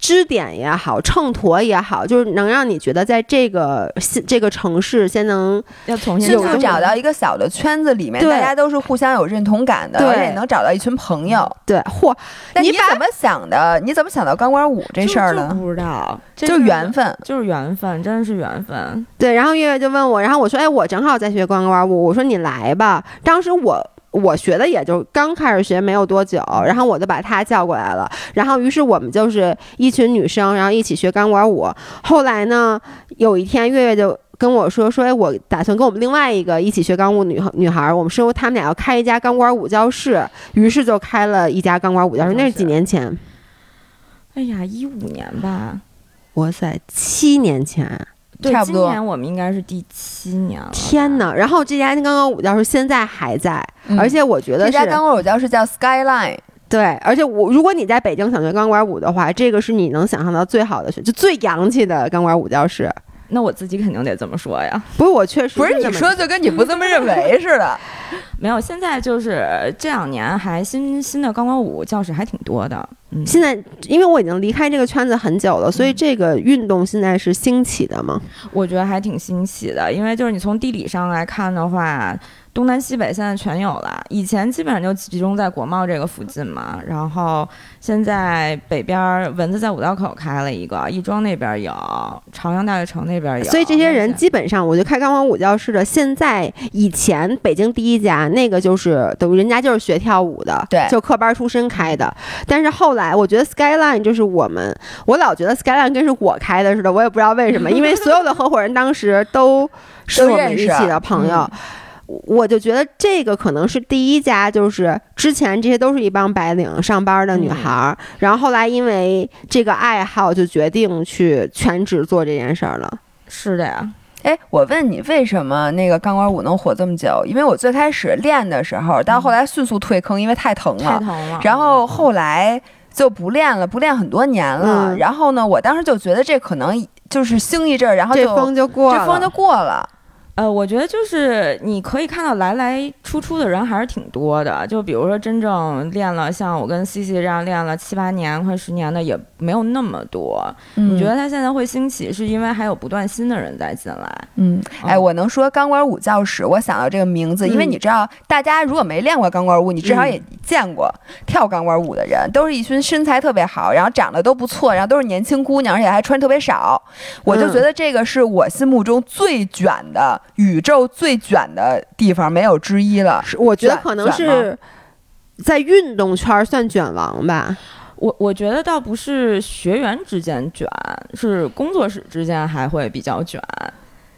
Speaker 1: 支点也好，秤砣也好，就是能让你觉得在这个这个城市先能
Speaker 3: 要重新
Speaker 2: 迅
Speaker 1: 有
Speaker 2: 速
Speaker 1: 的
Speaker 2: 找到一个小的圈子里面，
Speaker 1: 对
Speaker 2: 大家都是互相有认同感的，
Speaker 1: 对
Speaker 2: 而且能找到一群朋友。
Speaker 1: 对，嚯，
Speaker 2: 但
Speaker 1: 你
Speaker 2: 你
Speaker 1: 把
Speaker 2: 怎么想的？你怎么想到钢管舞这事儿
Speaker 3: 就
Speaker 2: 呢？
Speaker 3: 不知道，这
Speaker 2: 就是
Speaker 3: 是
Speaker 2: 缘，分。
Speaker 3: 就是缘分，真的是缘分。
Speaker 1: 对，然后月月就问我，然后我说，哎，我正好在学钢管舞，我说你来吧。当时我我学的也就刚开始学没有多久，然后我就把她叫过来了，然后于是我们就是一群女生，然后一起学钢管舞。后来呢，有一天月月就。跟我说说，哎，我打算跟我们另外一个一起学钢管舞女孩女孩儿，我们说他们俩要开一家钢管舞教室，于是就开了一家钢管舞教室。那是几年前？
Speaker 3: 哎呀，一五年吧，
Speaker 1: 哇塞，七年前。啊
Speaker 3: 对，
Speaker 2: 差不多
Speaker 3: 今年我们应该是第七年了。
Speaker 1: 天
Speaker 3: 哪！
Speaker 1: 呐，然后这家钢管舞教室现在还在，
Speaker 2: 嗯
Speaker 1: 而且我觉得
Speaker 2: 这
Speaker 1: 是
Speaker 2: 家钢管舞教室叫 Skyline，
Speaker 1: 对，而且我如果你在北京想学钢管舞的话，这个是你能想象到最好的学，就最洋气的钢管舞教室。
Speaker 3: 那我自己肯定得这么说呀。
Speaker 1: 不是我确实
Speaker 2: 不是
Speaker 1: 这
Speaker 2: 你
Speaker 1: 么
Speaker 2: 说就跟你不这么认 为似的。
Speaker 3: 没有，现在就是这两年还新新的钢管舞教室还挺多的。嗯，
Speaker 1: 现在，因为我已经离开这个圈子很久了，所
Speaker 2: 嗯
Speaker 1: 以这个运动现在是兴起的嘛。
Speaker 3: 我觉得还挺新奇的，因为就是你从地理上来看的话，东南西北现在全有了。以前基本上就集中在国贸这个附近嘛，然后现在北边儿蚊子在五道口开了一个，亦庄那边有，朝阳大悦城那边有。
Speaker 1: 所以这些人
Speaker 3: 而且
Speaker 1: 基本上，我觉得开钢管舞教室的，现在以前北京第一家那个就是等于人家就是学跳舞的，
Speaker 2: 对
Speaker 1: 就科班出身开的。但是后来我觉得 Skyline 就是我们，我老觉得 Skyline 跟是我开的似的，我也不知道为什么，因为所有的合伙人当时 都是
Speaker 2: 都
Speaker 1: 我们
Speaker 2: 认
Speaker 1: 一
Speaker 2: 识嗯
Speaker 1: 起的朋友。我我就觉得这个可能是第一家，就是之前这些都是一帮白领上班的女
Speaker 2: 嗯
Speaker 1: 孩儿，然后后来因为这个爱好就决定去全职做这件事儿了。
Speaker 3: 是的呀，
Speaker 2: 哎，我问你，为什么那个钢管舞能火这么久？因为我最开始练的时候，到后来迅速退坑，因为太疼
Speaker 3: 太
Speaker 2: 了。
Speaker 3: 疼了。
Speaker 2: 然后后来就不练了，不练很多年了。
Speaker 1: 嗯
Speaker 2: 然后呢，我当时就觉得这可能就是兴一阵儿，然后啊就
Speaker 1: 这风就过了，
Speaker 2: 这风就过了。
Speaker 3: 呃，我觉得就是你可以看到来来出出的人还是挺多的，就比如说真正练了像我跟西西这样练了七八年、快十年的也没有那么多。
Speaker 2: 你
Speaker 3: 你觉得它现在会兴起，是因为还有不断新的人在进来？
Speaker 2: 嗯，哎，
Speaker 3: 嗯
Speaker 2: 我能说钢管舞教室，我想到这个名字，因为
Speaker 1: 哦嗯
Speaker 2: 你知道，大家如果没练过钢管舞，你至少
Speaker 1: 嗯
Speaker 2: 也见过跳钢管舞的人，都是一群身材特别好，然后长得都不错，然后都是年轻姑娘，而且还穿特别少。我就
Speaker 1: 嗯
Speaker 2: 觉得这个是我心目中最卷的宇宙最卷的地方，没有之一了。
Speaker 1: 是我觉得
Speaker 2: 卷
Speaker 1: 可能
Speaker 2: 卷
Speaker 1: 是在运动圈儿算卷王吧。
Speaker 3: 我我觉得倒不是学员之间卷，是工作室之间还会比较卷，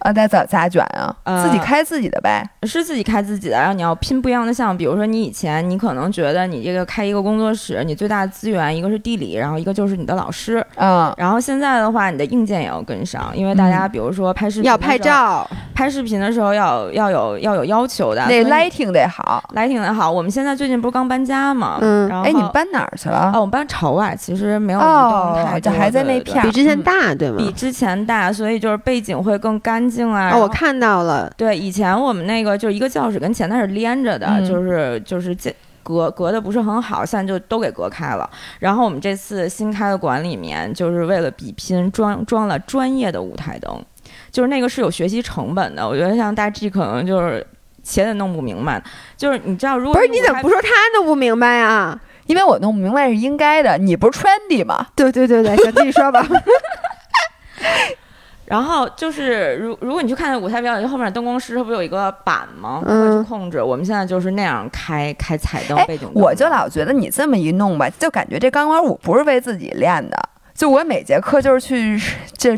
Speaker 2: 啊，那咋咋卷啊？
Speaker 3: 呃
Speaker 1: 嗯
Speaker 2: 自己开自己的呗。
Speaker 3: 是自己开自己的，然后你要拼不一样的项目。比如说你以前你可能觉得你这个开一个工作室，你最大的资源一个是地理，然后一个就是你的老师，
Speaker 2: 嗯，
Speaker 3: 然后现在的话，你的硬件也要跟上，因为大家比如说拍视频、
Speaker 1: 要拍、照，
Speaker 3: 拍视频的时候要要有要有要求的。
Speaker 2: 那 lighting 得好。
Speaker 3: 来挺的好，我们现在最近不是刚搬家嘛，
Speaker 1: 嗯
Speaker 3: 然后
Speaker 2: 哎，你们搬哪儿去了
Speaker 3: 啊，？
Speaker 1: 哦
Speaker 3: 我们班朝外，其实没有移动
Speaker 2: 哦
Speaker 3: 太，
Speaker 2: 这
Speaker 3: 多，
Speaker 2: 还在那
Speaker 3: 对对
Speaker 2: 片儿，
Speaker 1: 比之前
Speaker 2: 嗯
Speaker 1: 大，对
Speaker 3: 对比
Speaker 1: 吗？
Speaker 3: 之前大，所以就是背景会更干净
Speaker 1: 哦，
Speaker 3: 啊。
Speaker 1: 我
Speaker 3: 然后
Speaker 1: 看到了，
Speaker 3: 对以前我们那个就是一个教室跟前台是连着的，
Speaker 2: 嗯
Speaker 3: 就是就是这。隔隔的不是很好，现在就都给隔开了。然后我们这次新开的馆里面，就是为了比拼装装了专业的舞台灯，就是那个是有学习成本的。我觉得像大 G 可能就是且得弄不明白，就是你知道，如果
Speaker 1: 不是
Speaker 3: 舞
Speaker 1: 你怎么
Speaker 3: 台
Speaker 1: 不说他弄不明白呀？
Speaker 2: 因为我弄不明白是应该的，你不是 trendy 吗？
Speaker 1: 对对对对，行，继续说 吧。
Speaker 3: 然后就是，如如果你去看舞台表演，就后面灯光师他不有一个板吗？他
Speaker 1: 嗯
Speaker 3: 会去控制。我们现在就是那样开开彩灯
Speaker 2: 哎
Speaker 3: 背景灯，
Speaker 2: 我就老觉得你这么一弄吧，就感觉这钢管舞不是为自己练的，就我每节课就是去，就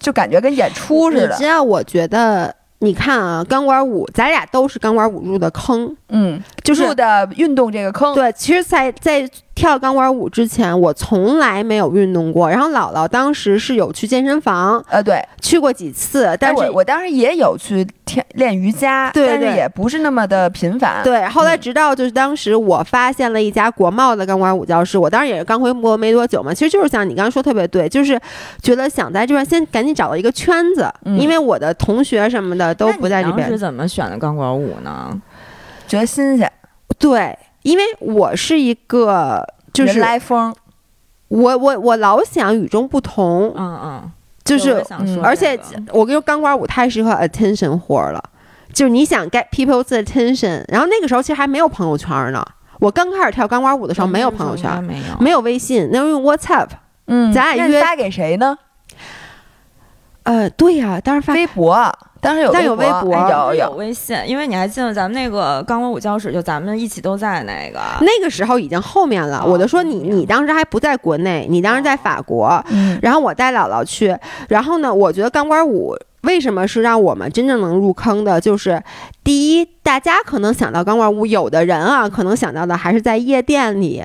Speaker 2: 就感觉跟演出似
Speaker 1: 你
Speaker 2: 的
Speaker 1: 知。道，我觉得你看啊，钢管舞，咱俩都是钢管舞入的坑，
Speaker 2: 嗯，
Speaker 1: 就是
Speaker 2: 入的运动这个坑，
Speaker 1: 对，其实在，在跳钢管舞之前，我从来没有运动过。然后姥姥当时是有去健身房
Speaker 2: 呃，对，
Speaker 1: 去过几次，
Speaker 2: 但
Speaker 1: 但是
Speaker 2: 我我当时也有去天练瑜伽，
Speaker 1: 对
Speaker 2: 但
Speaker 1: 对
Speaker 2: 是也不是那么的频
Speaker 3: 啊
Speaker 2: 繁。
Speaker 1: 对，后来直到就是当时我发现了一家国贸的钢管舞教室，我当时也是刚回国没多久嘛，其实就是像你刚刚说特别对，就是觉得想在这边先赶紧找到一个圈子，
Speaker 2: 嗯
Speaker 1: 因为我的同学什么的都不在这
Speaker 3: 那你当时
Speaker 1: 边。
Speaker 3: 怎么选的钢管舞呢？
Speaker 2: 觉得新鲜，
Speaker 1: 对，因为我是一个就
Speaker 2: 人
Speaker 1: 是
Speaker 2: 来疯，
Speaker 1: 我我我老想与众不同，
Speaker 3: 嗯嗯，
Speaker 1: 就
Speaker 3: 对我
Speaker 1: 是
Speaker 3: 也想说
Speaker 2: 嗯
Speaker 3: 这个
Speaker 1: 而且我跟你说，钢管舞太适合 attention 活儿了，就是你想 get people's attention，然后那个时候其实还没有朋友圈呢。我刚开始跳钢管舞的
Speaker 3: 哦
Speaker 1: 时候没有朋友圈，
Speaker 3: 应该没有
Speaker 1: 没有微信，那时候用 WhatsApp。
Speaker 2: 嗯
Speaker 1: 咱俩
Speaker 2: 那
Speaker 1: 约
Speaker 2: 发给谁呢？
Speaker 1: 呃，对呀、当时发
Speaker 2: 微博，当时有
Speaker 1: 但有微
Speaker 2: 博，
Speaker 1: 博
Speaker 2: 哎有
Speaker 3: 有
Speaker 2: 有，
Speaker 3: 微信，因为你还记得咱们那个钢管舞教室，就咱们一起都在那个。
Speaker 1: 那个时候已经后面了。哦
Speaker 3: 哦
Speaker 1: 我就说你，
Speaker 3: 后面
Speaker 1: 你当时还不在国内，你当时在法国。
Speaker 2: 嗯
Speaker 1: 然后我带姥姥去，然后呢，我觉得钢管舞为什么是让我们真正能入坑的，就是第一，大家可能想到钢管舞，有的人啊，可能想到的还是在夜店里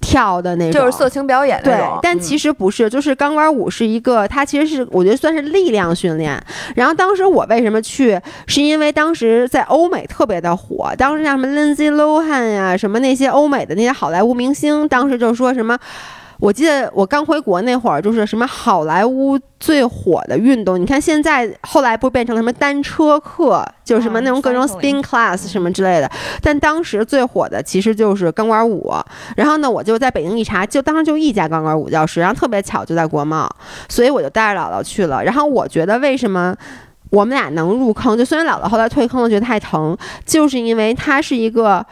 Speaker 1: 跳的那种，
Speaker 2: 就是色情表演那
Speaker 1: 对
Speaker 2: 种，，嗯
Speaker 1: 但其实不是，就是钢管舞是一个，它其实是我觉得算是力量训练。然后当时我为什么去，是因为当时在欧美特别的火，当时像什么 Lindsay Lohan 呀、什么那些欧美的那些好莱坞明星，当时就说什么。我记得我刚回国那会儿，就是什么好莱坞最火的运动，你看现在后来不是变成了什么单车课，就是什么
Speaker 3: 嗯
Speaker 1: 那种各种 spin
Speaker 3: cycling
Speaker 1: class 什么之类的，但当时最火的其实就是钢管舞。然后呢，我就在北京一查，就当时就一家钢管舞教室，然后特别巧就在国贸，所以我就带着姥姥去了。然后我觉得为什么？我们俩能入坑，就虽然姥姥后来退坑了，觉得太疼，就是因为它是一个，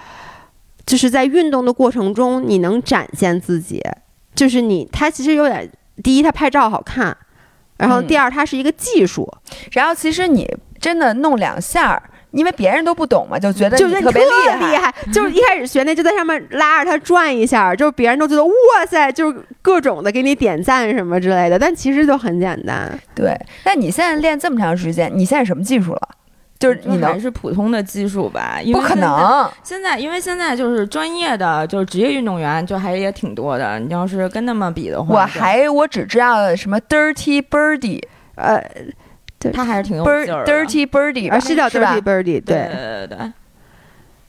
Speaker 1: 就是在运动的过程中你能展现自己，就是你它其实有点，第一它拍照好看，然后
Speaker 2: 嗯
Speaker 1: 第二它是一个技术，
Speaker 2: 然后其实你真的弄两下儿，因为别人都不懂嘛，就觉得
Speaker 1: 就是
Speaker 2: 你特别
Speaker 1: 厉
Speaker 2: 厉害。
Speaker 1: 害，就是一开始学那就在上面拉着它转一下，就是别人都觉得哇塞，就是各种的给你点赞什么之类的，但其实就很简单。
Speaker 2: 对，那你现在练这么长时间，你现在什么技术了？就是你
Speaker 3: 还
Speaker 2: 能
Speaker 3: 是普通的技术吧，因
Speaker 2: 不
Speaker 3: 为
Speaker 2: 可
Speaker 3: 现在
Speaker 2: 能，
Speaker 3: 现在因为现在就是专业的，就是职业运动员，就还也挺多的。你要是跟他们比的话，
Speaker 2: 我
Speaker 3: 就
Speaker 2: 还我只知道什么 dirty birdie
Speaker 1: 呃，
Speaker 3: 他还是挺有
Speaker 2: bird
Speaker 3: 劲儿的。
Speaker 2: dirty birdie，
Speaker 1: 啊
Speaker 2: 吧
Speaker 1: 而是叫
Speaker 2: 是吧
Speaker 1: Dirty Birdy，
Speaker 3: 对
Speaker 1: 对，
Speaker 3: 对对对，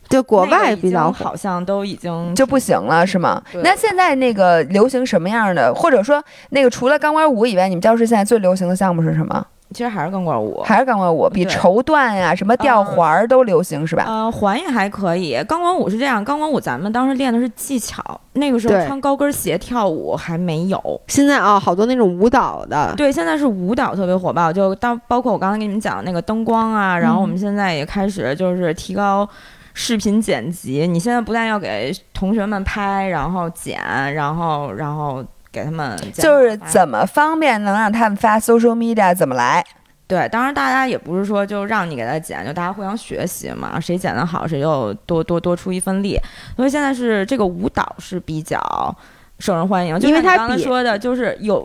Speaker 1: 就国外
Speaker 3: 那个已
Speaker 1: 比较
Speaker 3: 经
Speaker 1: 火。
Speaker 3: 好像都已经
Speaker 2: 就不行了是吗？
Speaker 3: 对
Speaker 2: 那现在那个流行什么样的，或者说那个除了钢管舞以外，你们教室现在最流行的项目是什么？
Speaker 3: 其实还是钢管舞。
Speaker 2: 还是钢管舞，比
Speaker 3: 对嗯
Speaker 2: 绸缎呀、什么吊环儿都流行是吧？
Speaker 3: 呃，环也还可以。钢管舞是这样，钢管舞咱们当时练的是技巧，那个时候
Speaker 1: 对
Speaker 3: 穿高跟鞋跳舞还没有。
Speaker 1: 现在啊、好多那种舞蹈的，
Speaker 3: 对，现在是舞蹈特别火爆，就当包括我刚才跟你们讲的那个灯光啊，然后我们现在也开始就是提高视频剪辑。你现在不但要给同学们拍，然后剪，然后然后给他们剪
Speaker 2: 就是
Speaker 3: 发
Speaker 2: 怎么方便能让他们发 social media 怎么来？
Speaker 3: 对，当然大家也不是说就让你给他剪，就大家互相学习嘛，谁剪得好谁就多多多出一份力。所以现在是这个舞蹈是比较受人欢迎，就
Speaker 1: 因为
Speaker 3: 像
Speaker 1: 它
Speaker 3: 你刚才
Speaker 1: 比
Speaker 3: 说的，就是有。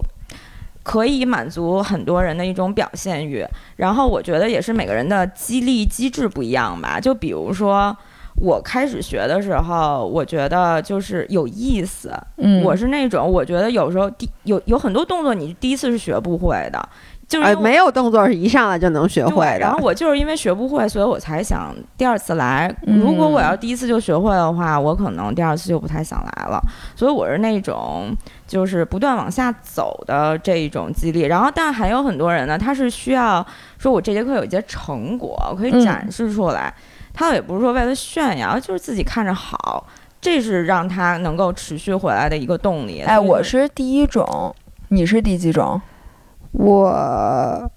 Speaker 3: 可以满足很多人的一种表现欲，然后我觉得也是每个人的激励机制不一样吧。就比如说我开始学的时候，我觉得就是有意思，
Speaker 2: 嗯，
Speaker 3: 我是那种我觉得有时候第有有很多动作你第一次是学不会的，就是
Speaker 1: 呃，
Speaker 3: 因为我
Speaker 1: 没有动作是一上来就能学
Speaker 3: 对，
Speaker 1: 会
Speaker 3: 然后
Speaker 1: 的。
Speaker 3: 我就是因为学不会，所以我才想第二次来。
Speaker 2: 嗯
Speaker 3: 如果我要第一次就学会的话，我可能第二次就不太想来了。所以我是那种就是不断往下走的这一种激励。然后，但还有很多人呢，他是需要说我这节课有一些成果，我可
Speaker 2: 嗯
Speaker 3: 以展示出来。他也不是说为了炫耀，就是自己看着好。这是让他能够持续回来的一个动力。
Speaker 2: 哎，
Speaker 3: 所以
Speaker 2: 我
Speaker 3: 就是
Speaker 2: 第一种，你是第几种？
Speaker 1: 我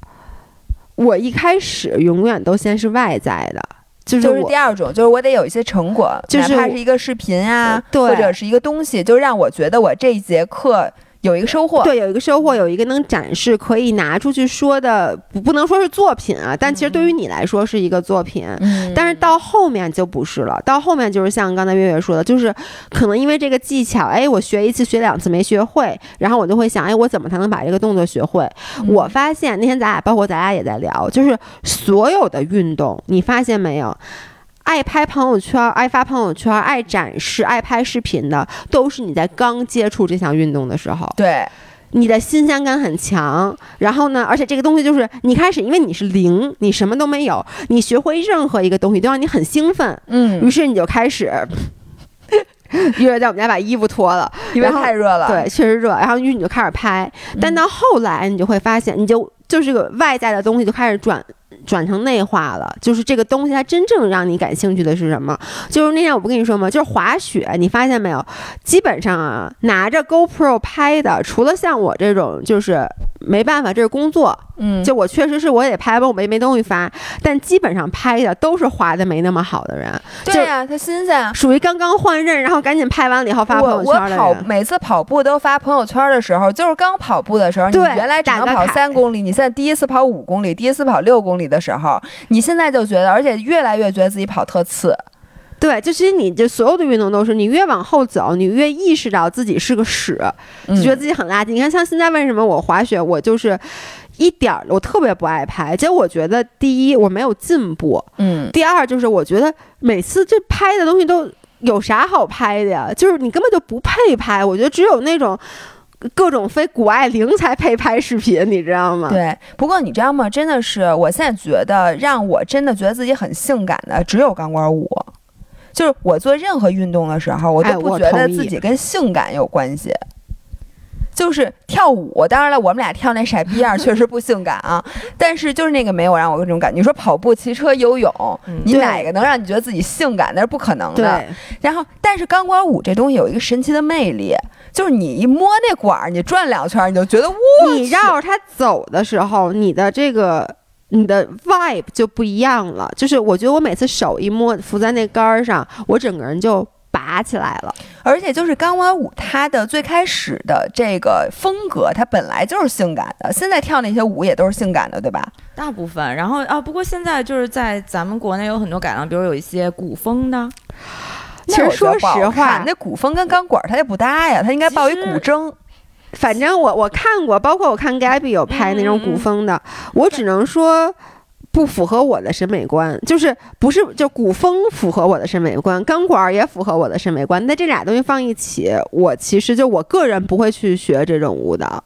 Speaker 1: 我一开始永远都先是外在的，就是
Speaker 2: 就是
Speaker 1: 我
Speaker 2: 第二种，就是我得有一些成果，
Speaker 1: 就是
Speaker 2: 哪怕
Speaker 1: 我
Speaker 2: 是一个视频啊，
Speaker 1: 对
Speaker 2: 或者是一个东西，就让我觉得我这一节课有一个收获。
Speaker 1: 对，有一个收获，有一个能展示、可以拿出去说的，不不能说是作品啊，但其实对于你来说是一个作品。
Speaker 2: 嗯，
Speaker 1: 但是到后面就不是了，到后面就是像刚才月月说的，就是可能因为这个技巧，哎，我学一次、学两次没学会，然后我就会想，哎，我怎么才能把这个动作学会？
Speaker 2: 嗯
Speaker 1: 我发现那天咱俩，包括咱俩也在聊，就是所有的运动，你发现没有？爱拍朋友圈、爱发朋友圈、爱展示、爱拍视频的，都是你在刚接触这项运动的时候。
Speaker 2: 对，
Speaker 1: 你的新鲜感很强，然后呢，而且这个东西就是你开始，因为你是零，你什么都没有，你学会任何一个东西都让你很兴奋，
Speaker 2: 嗯，
Speaker 1: 于是你就开始。 月月在我们家把衣服脱了，
Speaker 2: 因为
Speaker 1: 然后
Speaker 2: 太热了。
Speaker 1: 对，确实热，然后于是你就开始拍，
Speaker 2: 嗯
Speaker 1: 但到后来你就会发现，你就就是个外在的东西就开始转转成内化了，就是这个东西它真正让你感兴趣的是什么？就是那天我不跟你说吗？就是滑雪，你发现没有？基本上啊，拿着 GoPro 拍的，除了像我这种，就是没办法，这是工作，
Speaker 2: 嗯，
Speaker 1: 就我确实是我也得拍，我没没东西发，但基本上拍的都是滑的没那么好的人，就
Speaker 2: 对呀、它新鲜啊。
Speaker 1: 属于刚刚换刃，然后赶紧拍完了以后发朋
Speaker 2: 我
Speaker 1: 友
Speaker 2: 我
Speaker 1: 圈的
Speaker 2: 跑
Speaker 1: 人。
Speaker 2: 每次跑步都发朋友圈的时候，就是刚跑步的时候，你
Speaker 1: 对
Speaker 2: 原来只
Speaker 1: 打
Speaker 2: 能
Speaker 1: 个
Speaker 2: 跑
Speaker 1: 卡
Speaker 2: 三公里，你现在第一次跑五公里，第一次跑六公里的时候，你现在就觉得，而且越来越觉得自己跑特次，
Speaker 1: 对，就其实你这所有的运动都是，你越往后走，你越意识到自己是个屎，就
Speaker 2: 嗯
Speaker 1: 觉得自己很垃圾。你看，像现在为什么我滑雪，我就是一点儿我特别不爱拍，结果我觉得第一我没有进步，
Speaker 2: 嗯，
Speaker 1: 第二就是我觉得每次这拍的东西都有啥好拍的呀？就是你根本就不配拍，我觉得只有那种。各种非谷爱凌才配拍视频，你知道吗？
Speaker 2: 对。不过你知道吗？真的是，我现在觉得让我真的觉得自己很性感的，只有钢管舞。就是我做任何运动的时候，我
Speaker 1: 哎
Speaker 2: 都不
Speaker 1: 我
Speaker 2: 觉得
Speaker 1: 同意
Speaker 2: 自己跟性感有关系。就是跳舞，当然了，我们俩跳那傻逼样儿 确实不性感啊，但是就是那个没有让我有这种感觉。你说跑步、骑车、游泳，
Speaker 3: 嗯
Speaker 2: 你
Speaker 1: 对
Speaker 2: 哪个能让你觉得自己性感？那是不可能的。
Speaker 1: 对，
Speaker 2: 然后，但是钢管舞这东西有一个神奇的魅力，就是你一摸那管儿，你转两圈儿，你就觉得哇，
Speaker 1: 你绕着它走的时候，你的这个你的 vibe 就不一样了。就是我觉得我每次手一摸扶在那杆儿上，我整个人就拔起来了。
Speaker 2: 而且就是钢管舞，它的最开始的这个风格，它本来就是性感的，现在跳那些舞也都是性感的，对吧？
Speaker 3: 大部分，然后啊，不过现在就是在咱们国内有很多改良，比如有一些古风的，
Speaker 1: 其实说实话，
Speaker 2: 那古风跟钢管它也不搭呀，它应该报一
Speaker 3: 其实
Speaker 2: 古筝。
Speaker 1: 反正我我看过，包括我看 Gabby 有拍那种
Speaker 3: 嗯嗯
Speaker 1: 古风的，我只能说。不符合我的审美观，就是不是就古风符合我的审美观，钢管儿也符合我的审美观。那这俩东西放一起，我其实就我个人不会去学这种舞蹈。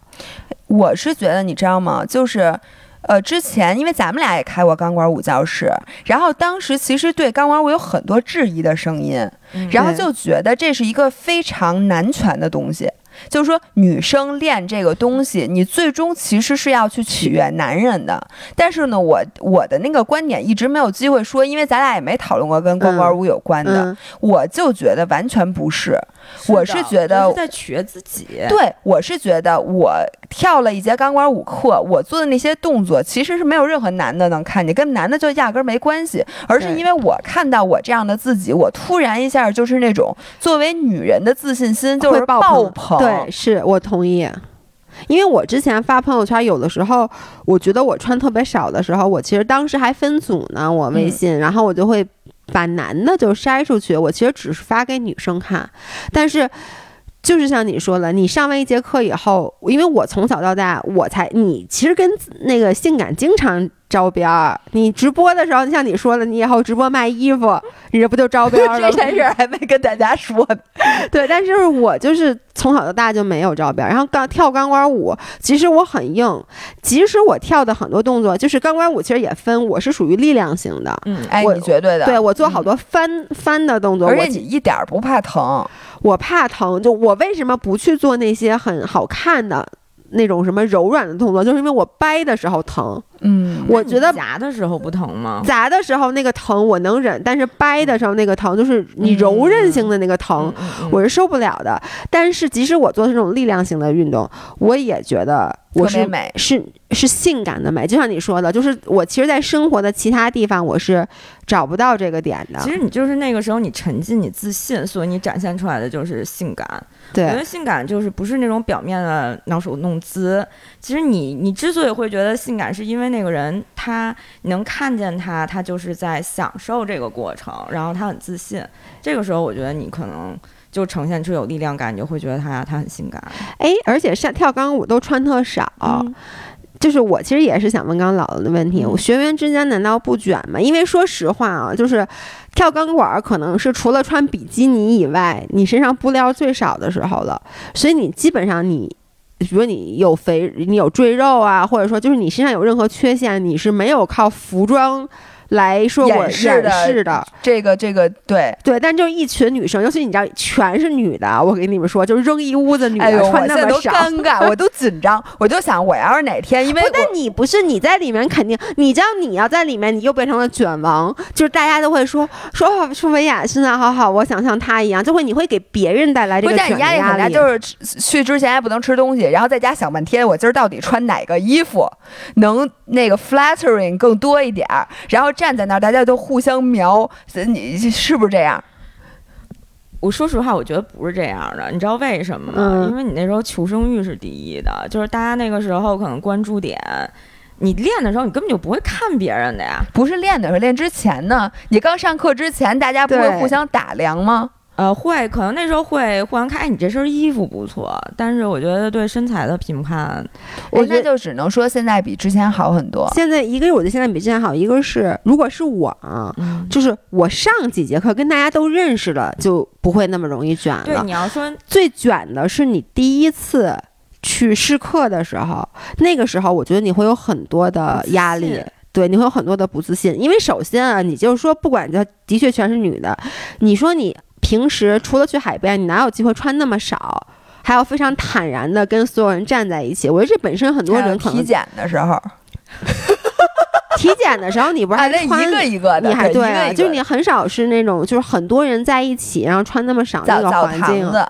Speaker 2: 我是觉得，你知道吗？就是。呃，之前因为咱们俩也开过钢管舞教室，然后当时其实对钢管舞有很多质疑的声音，
Speaker 3: 嗯
Speaker 2: 然后
Speaker 1: 对
Speaker 2: 就觉得这是一个非常男权的东西，就是说女生练这个东西，你最终其实是要去取悦男人的。但是呢，我我的那个观点一直没有机会说，因为咱俩也没讨论过跟钢管舞有关的，
Speaker 1: 嗯，
Speaker 2: 我就觉得完全不是。
Speaker 3: 的
Speaker 2: 我是觉得
Speaker 3: 就是在取悦自己，
Speaker 2: 对，我是觉得我跳了一节钢管舞课，我做的那些动作其实是没有任何男的能看见，跟男的就压根儿没关系，而是
Speaker 1: 对
Speaker 2: 因为我看到我这样的自己，我突然一下就是那种作为女人的自信心就是
Speaker 1: 会爆
Speaker 2: 棚，
Speaker 1: 对，是我同意。因为我之前发朋友圈，有的时候我觉得我穿特别少的时候，我其实当时还分组呢，我
Speaker 2: 嗯
Speaker 1: 微信，然后我就会把男的就筛出去，我其实只是发给女生看，但是。就是像你说的，你上完一节课以后，因为我从小到大，我才你其实跟那个性感经常招边儿。你直播的时候，像你说的，你以后直播卖衣服， 你这不就招边儿了吗？
Speaker 2: 这件事儿还没跟大家说呢。
Speaker 1: 对，但是我就是从小到大就没有照片儿。然后刚跳钢管舞，其实我很硬，即使我跳的很多动作，就是钢管舞其实也分，我是属于力量型的，
Speaker 3: 嗯，
Speaker 2: 哎，
Speaker 1: 我
Speaker 2: 你绝对的，嗯
Speaker 1: 对我做好多翻、翻的动作，
Speaker 2: 而
Speaker 1: 我
Speaker 2: 且你一点儿不怕疼，
Speaker 1: 我怕疼，就我为什么不去做那些很好看的那种什么柔软的动作，就是因为我掰的时候疼，
Speaker 2: 嗯，
Speaker 1: 我觉得
Speaker 3: 你夹的时候不疼吗？
Speaker 1: 砸的时候那个疼我能忍，但是掰的时候那个疼就是
Speaker 2: 嗯
Speaker 1: 你柔韧性的那个疼，
Speaker 3: 嗯嗯嗯
Speaker 1: 我是受不了的。但是即使我做这种力量型的运动，我也觉得我
Speaker 2: 特别
Speaker 1: 是
Speaker 2: 美，
Speaker 1: 是是性感的美，就像你说的，就是我其实，在生活的其他地方，我是找不到这个点的
Speaker 3: 其。实你就是那个时候你沉浸你自信，所以你展现出来的就是性感。我觉
Speaker 1: 对
Speaker 3: 得性感就是不是那种表面的搔首弄姿。其实你你之所以会觉得性感，是因为那个人他你能看见他，他就是在享受这个过程，然后他很自信。这个时候，我觉得你可能就呈现出有力量感，你就会觉得他他很性感。
Speaker 1: 哎，而且上跳钢舞都穿特少，就是我其实也是想问刚刚姥姥的问题，
Speaker 3: 嗯
Speaker 1: 我学员之间难道不卷吗？因为说实话啊，就是跳钢管儿可能是除了穿比基尼以外，你身上布料最少的时候了，所以你基本上你。比如你有肥，你有赘肉啊，或者说就是你身上有任何缺陷，你是没有靠服装来说我
Speaker 2: 掩
Speaker 1: 掩
Speaker 2: 饰的
Speaker 1: 饰的。
Speaker 2: 这个这个对，
Speaker 1: 对，但就是一群女生，尤其你知道全是女的，我跟你们说，就是扔一屋子女的、
Speaker 2: 哎呦，我
Speaker 1: 穿
Speaker 2: 现
Speaker 1: 那
Speaker 2: 在
Speaker 1: 么
Speaker 2: 都
Speaker 1: 少，
Speaker 2: 尴尬，我都紧张，我就想我要是哪天因为
Speaker 1: 不，
Speaker 2: 我
Speaker 1: 但你不是你在里面，肯定你知道你要在里面，你又变成了卷王，就是大家都会说说哦，舒维雅身材好好，我想像她一样，就会你会给别人带来这个
Speaker 2: 关键
Speaker 1: 卷
Speaker 2: 你压
Speaker 1: 的
Speaker 2: 力很大，
Speaker 1: 力，
Speaker 2: 就是吃去之前还不能吃东西，然后在家想半天，我今儿到底穿哪个衣服能那个 flattering 更多一点儿，然后站在那儿大家都互相瞄，你是不是这样？
Speaker 3: 我说实话，我觉得不是这样的，你知道为什么吗？
Speaker 1: 嗯
Speaker 3: 因为你那时候求生欲是第一的，就是大家那个时候可能关注点，你练的时候你根本就不会看别人的呀。
Speaker 2: 不是练的时候，练之前呢，你刚上课之前，大家不会
Speaker 1: 对
Speaker 2: 互相打量吗？
Speaker 3: 呃，会，可能那时候会互相看，哎，你这身衣服不错，但是我觉得对身材的评判，
Speaker 1: 我
Speaker 2: 人
Speaker 1: 觉
Speaker 2: 家
Speaker 1: 得。
Speaker 2: 哎就只能说现在比之前好很多。
Speaker 1: 现在一个是我觉得现在比之前好，一个是如果是我啊，
Speaker 3: 嗯，
Speaker 1: 就是我上几节课跟大家都认识了，就不会那么容易卷了。
Speaker 3: 对，你要说
Speaker 1: 最卷的是你第一次去试课的时候，那个时候我觉得你会有很多的呃压
Speaker 3: 不自
Speaker 1: 力
Speaker 3: 信。
Speaker 1: 对，你会有很多的不自信，因为首先啊，你就是说，不管叫的确全是女的，你说你平时除了去海边，你哪有机会穿那么少，还要非常坦然的跟所有人站在一起？我觉得这本身很多
Speaker 2: 还有
Speaker 1: 人可
Speaker 2: 体
Speaker 1: 能
Speaker 2: 检的时候，啊，
Speaker 1: 体检的时候，你不是还
Speaker 2: 那
Speaker 1: 穿
Speaker 2: 一个一个的，
Speaker 1: 你还
Speaker 2: 对，一
Speaker 1: 对
Speaker 2: 个
Speaker 1: 啊，
Speaker 2: 一个
Speaker 1: 就是你很少是那种就是很多人在一起，然后穿那么少那
Speaker 2: 澡
Speaker 1: 个
Speaker 2: 澡
Speaker 1: 环
Speaker 2: 堂
Speaker 1: 境，
Speaker 2: 子，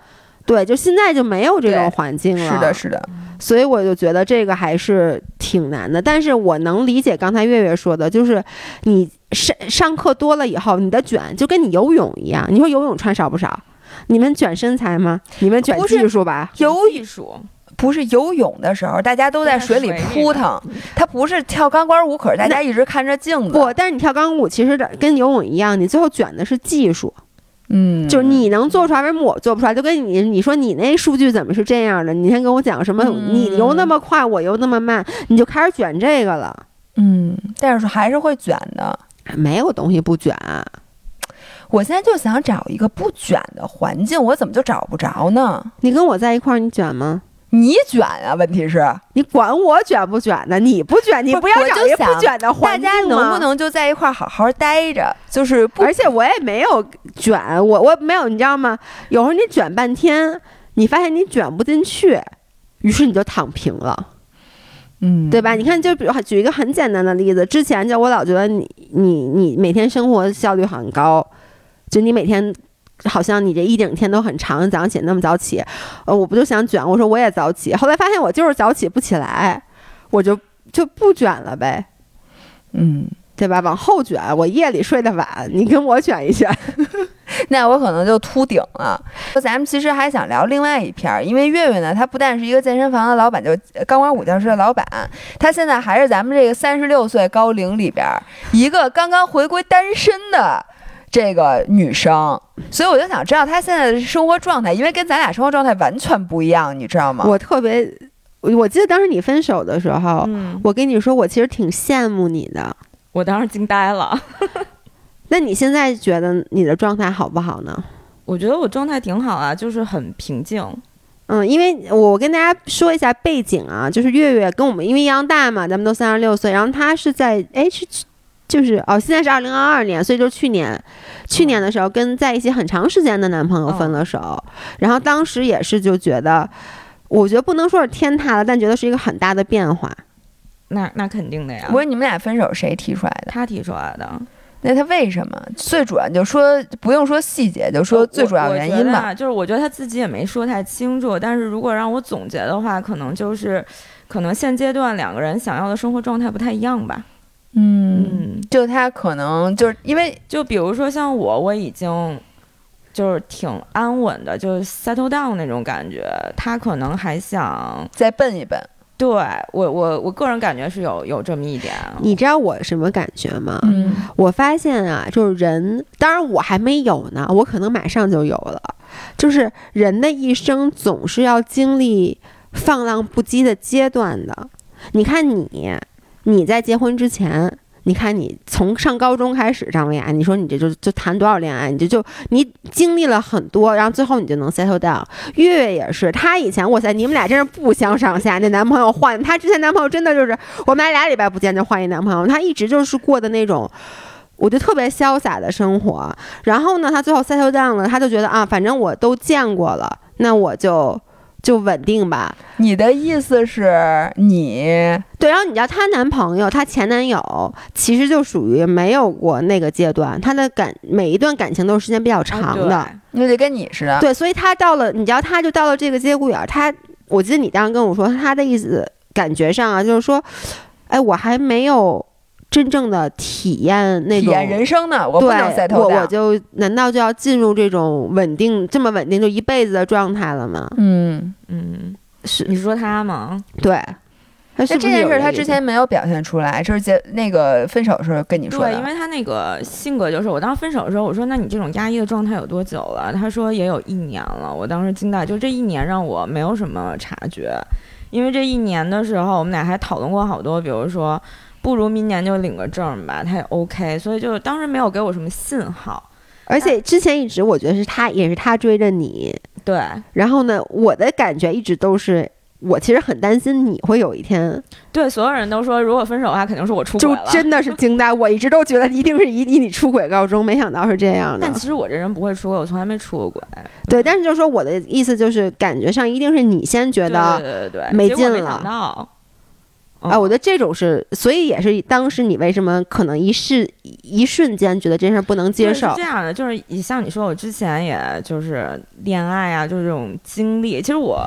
Speaker 1: 对，就现在就没有这
Speaker 2: 对
Speaker 1: 种环境了。
Speaker 2: 是的，是的，
Speaker 1: 所以我就觉得这个还是挺难的，但是我能理解刚才月月说的，就是你上上课多了以后，你的卷就跟你游泳一样，你说游泳穿少不少？你们卷身材吗？你们卷
Speaker 2: 不是
Speaker 1: 技术吧？
Speaker 2: 游
Speaker 3: 艺术，
Speaker 2: 不是游泳的时候，大家都在水里
Speaker 3: 在水里
Speaker 2: 扑腾，他不是跳钢管舞，可是大家一直看着镜子，
Speaker 1: 不，但是你跳钢管舞其实跟游泳一样，你最后卷的是技术，
Speaker 2: 嗯，
Speaker 1: 就是你能做出来，为什么我做不出来？就跟你你说你那数据怎么是这样的？你先跟我讲什么？
Speaker 2: 嗯
Speaker 1: 你游那么快，我游那么慢，你就开始卷这个了。
Speaker 2: 嗯，但是还是会卷的。
Speaker 1: 没有东西不卷，啊
Speaker 2: 我现在就想找一个不卷的环境，我怎么就找不着呢？
Speaker 1: 你跟我在一块儿，你卷吗？
Speaker 2: 你卷啊？问题是
Speaker 1: 你管我卷不卷呢？你不卷，你
Speaker 2: 不
Speaker 1: 不要
Speaker 2: 我
Speaker 1: 找
Speaker 2: 就
Speaker 1: 一个
Speaker 2: 想
Speaker 1: 不卷的
Speaker 2: 大
Speaker 1: 环境
Speaker 2: 家能
Speaker 1: 吗
Speaker 2: 不？能就在一块儿好好待着？就是不
Speaker 1: 而且我也没有卷，我我没有，你知道吗？有时候你卷半天，你发现你卷不进去，于是你就躺平了，
Speaker 2: 嗯，
Speaker 1: 对吧？你看，就比如举一个很简单的例子，之前就我老觉得你你你每天生活效率很高，就你每天。好像你这一整天都很长，早上起那么早起，呃，我不就想卷，我说我也早起，后来发现我就是早起不起来，我就就不卷了呗。
Speaker 2: 嗯，
Speaker 1: 对吧？往后卷，我夜里睡得晚，你跟我卷一 卷。
Speaker 2: 那我可能就秃顶了。就咱们其实还想聊另外一篇儿，因为月月呢，她不但是一个健身房的老板，就呃钢管舞教室的老板，她现在还是咱们这个三十六岁高龄里边儿一个刚刚回归单身的。这个女生，所以我就想知道她现在的生活状态，因为跟咱俩生活状态完全不一样，你知道吗？
Speaker 1: 我特别，我我记得当时你分手的时候，
Speaker 3: 嗯，
Speaker 1: 我跟你说，我其实挺羡慕你的。
Speaker 3: 我当时惊呆了，
Speaker 1: 那你现在觉得你的状态好不好呢？
Speaker 3: 我觉得我状态挺好啊，就是很平静，
Speaker 1: 嗯，因为我跟大家说一下背景啊，就是月月跟我们因为一样大嘛，咱们都三十六岁，然后她是在哎是就是哦，现在是二零二二年，所以就是去年，去年的时候跟在一起很长时间的男朋友分了手，然后当时也是就觉得，我觉得不能说是天塌了，但觉得是一个很大的变化。
Speaker 3: 那那肯定的呀
Speaker 2: 不。是你们俩分手谁提出来的？
Speaker 3: 他提出来的，
Speaker 2: 那他为什么？最主要你就说不用说细节，就说最主要原因吧。嗯
Speaker 3: 吧，就是我觉得他啊自己也没说太清楚，但是如果让我总结的话，可能就是，可能现阶段两个人想要的生活状态不太一样吧。
Speaker 2: 嗯，
Speaker 3: 嗯，
Speaker 2: 就他可能就是因为
Speaker 3: 就比如说像我，我已经就是挺安稳的，就是 settle down 那种感觉，他可能还想
Speaker 2: 再笨一笨，
Speaker 3: 对我，我我个人感觉是有有这么一点，啊
Speaker 1: 你知道我什么感觉吗？
Speaker 2: 嗯，
Speaker 1: 我发现啊，就是人，当然我还没有呢，我可能马上就有了。就是人的一生总是要经历放浪不羁的阶段的。你看你，你在结婚之前，你看你从上高中开始张文雅，你说你这就就谈多少恋爱，你这就你经历了很多，然后最后你就能 settle down。月月也是，她以前哇塞，你们俩真是不相上下，那男朋友换，她之前男朋友真的就是我们俩俩礼拜不见就换一男朋友，她一直就是过的那种。我就特别潇洒的生活，然后呢，她最后 settle down 了，她就觉得啊，反正我都见过了，那我就就稳定吧。
Speaker 2: 你的意思是你
Speaker 1: 对，然后你知道她男朋友，她前男友其实就属于没有过那个阶段，她的感每一段感情都是时间比较
Speaker 3: 啊
Speaker 1: 长
Speaker 3: 对
Speaker 1: 的，
Speaker 2: 那就跟你似的，
Speaker 1: 对，所以她到了，你知道，她就到了这个节骨眼儿。她，我记得你当时跟我说，她的意思感觉上啊，就是说，哎，我还没有真正的体验那
Speaker 2: 体
Speaker 1: 种
Speaker 2: 验人生呢，我
Speaker 1: 对，
Speaker 2: 不能 settle
Speaker 1: 我我
Speaker 2: down
Speaker 1: 就难道就要进入这种稳定这么稳定就一辈子的状态了吗？
Speaker 2: 嗯，
Speaker 3: 嗯，
Speaker 1: 是
Speaker 3: 你说他吗？
Speaker 1: 对。那
Speaker 2: 那这件事儿他之前没有表现出来，就是结那个分手的时候跟你说
Speaker 3: 对，因
Speaker 2: 的，
Speaker 3: 为他那个性格就是，我当时分手的时候，我说那你这种压抑的状态有多久了？他说也有一年了。我当时惊呆，就这一年让我没有什么察觉，因为这一年的时候，我们俩还讨论过好多，比如说不如明年就领个证吧，他也 OK，所以就当时没有给我什么信号。
Speaker 1: 而且之前一直我觉得是他，也是他追着你。
Speaker 3: 对，
Speaker 1: 然后呢，我的感觉一直都是，我其实很担心你会有一天
Speaker 3: 对，所有人都说如果分手的话，肯定是我出轨
Speaker 1: 就
Speaker 3: 了。
Speaker 1: 真的是惊呆！我一直都觉得一定是以以你出轨告终，没想到是这样的
Speaker 3: 但。其实我这人不会出轨，我从来没出过轨。
Speaker 1: 对，但是就是说我的意思就是，感觉上一定是你先觉
Speaker 3: 对
Speaker 1: 得，
Speaker 3: 对对对，
Speaker 1: 没
Speaker 3: 结果
Speaker 1: 劲
Speaker 3: 没
Speaker 1: 了
Speaker 3: 想到，
Speaker 2: 哦
Speaker 1: 啊，我觉得这种是，所以也是当时你为什么可能一瞬一瞬间觉得这事儿不能接
Speaker 3: 对是
Speaker 1: 受
Speaker 3: 这，样的，就是你像你说，我之前也就是恋爱啊，就是这种经历。其实我，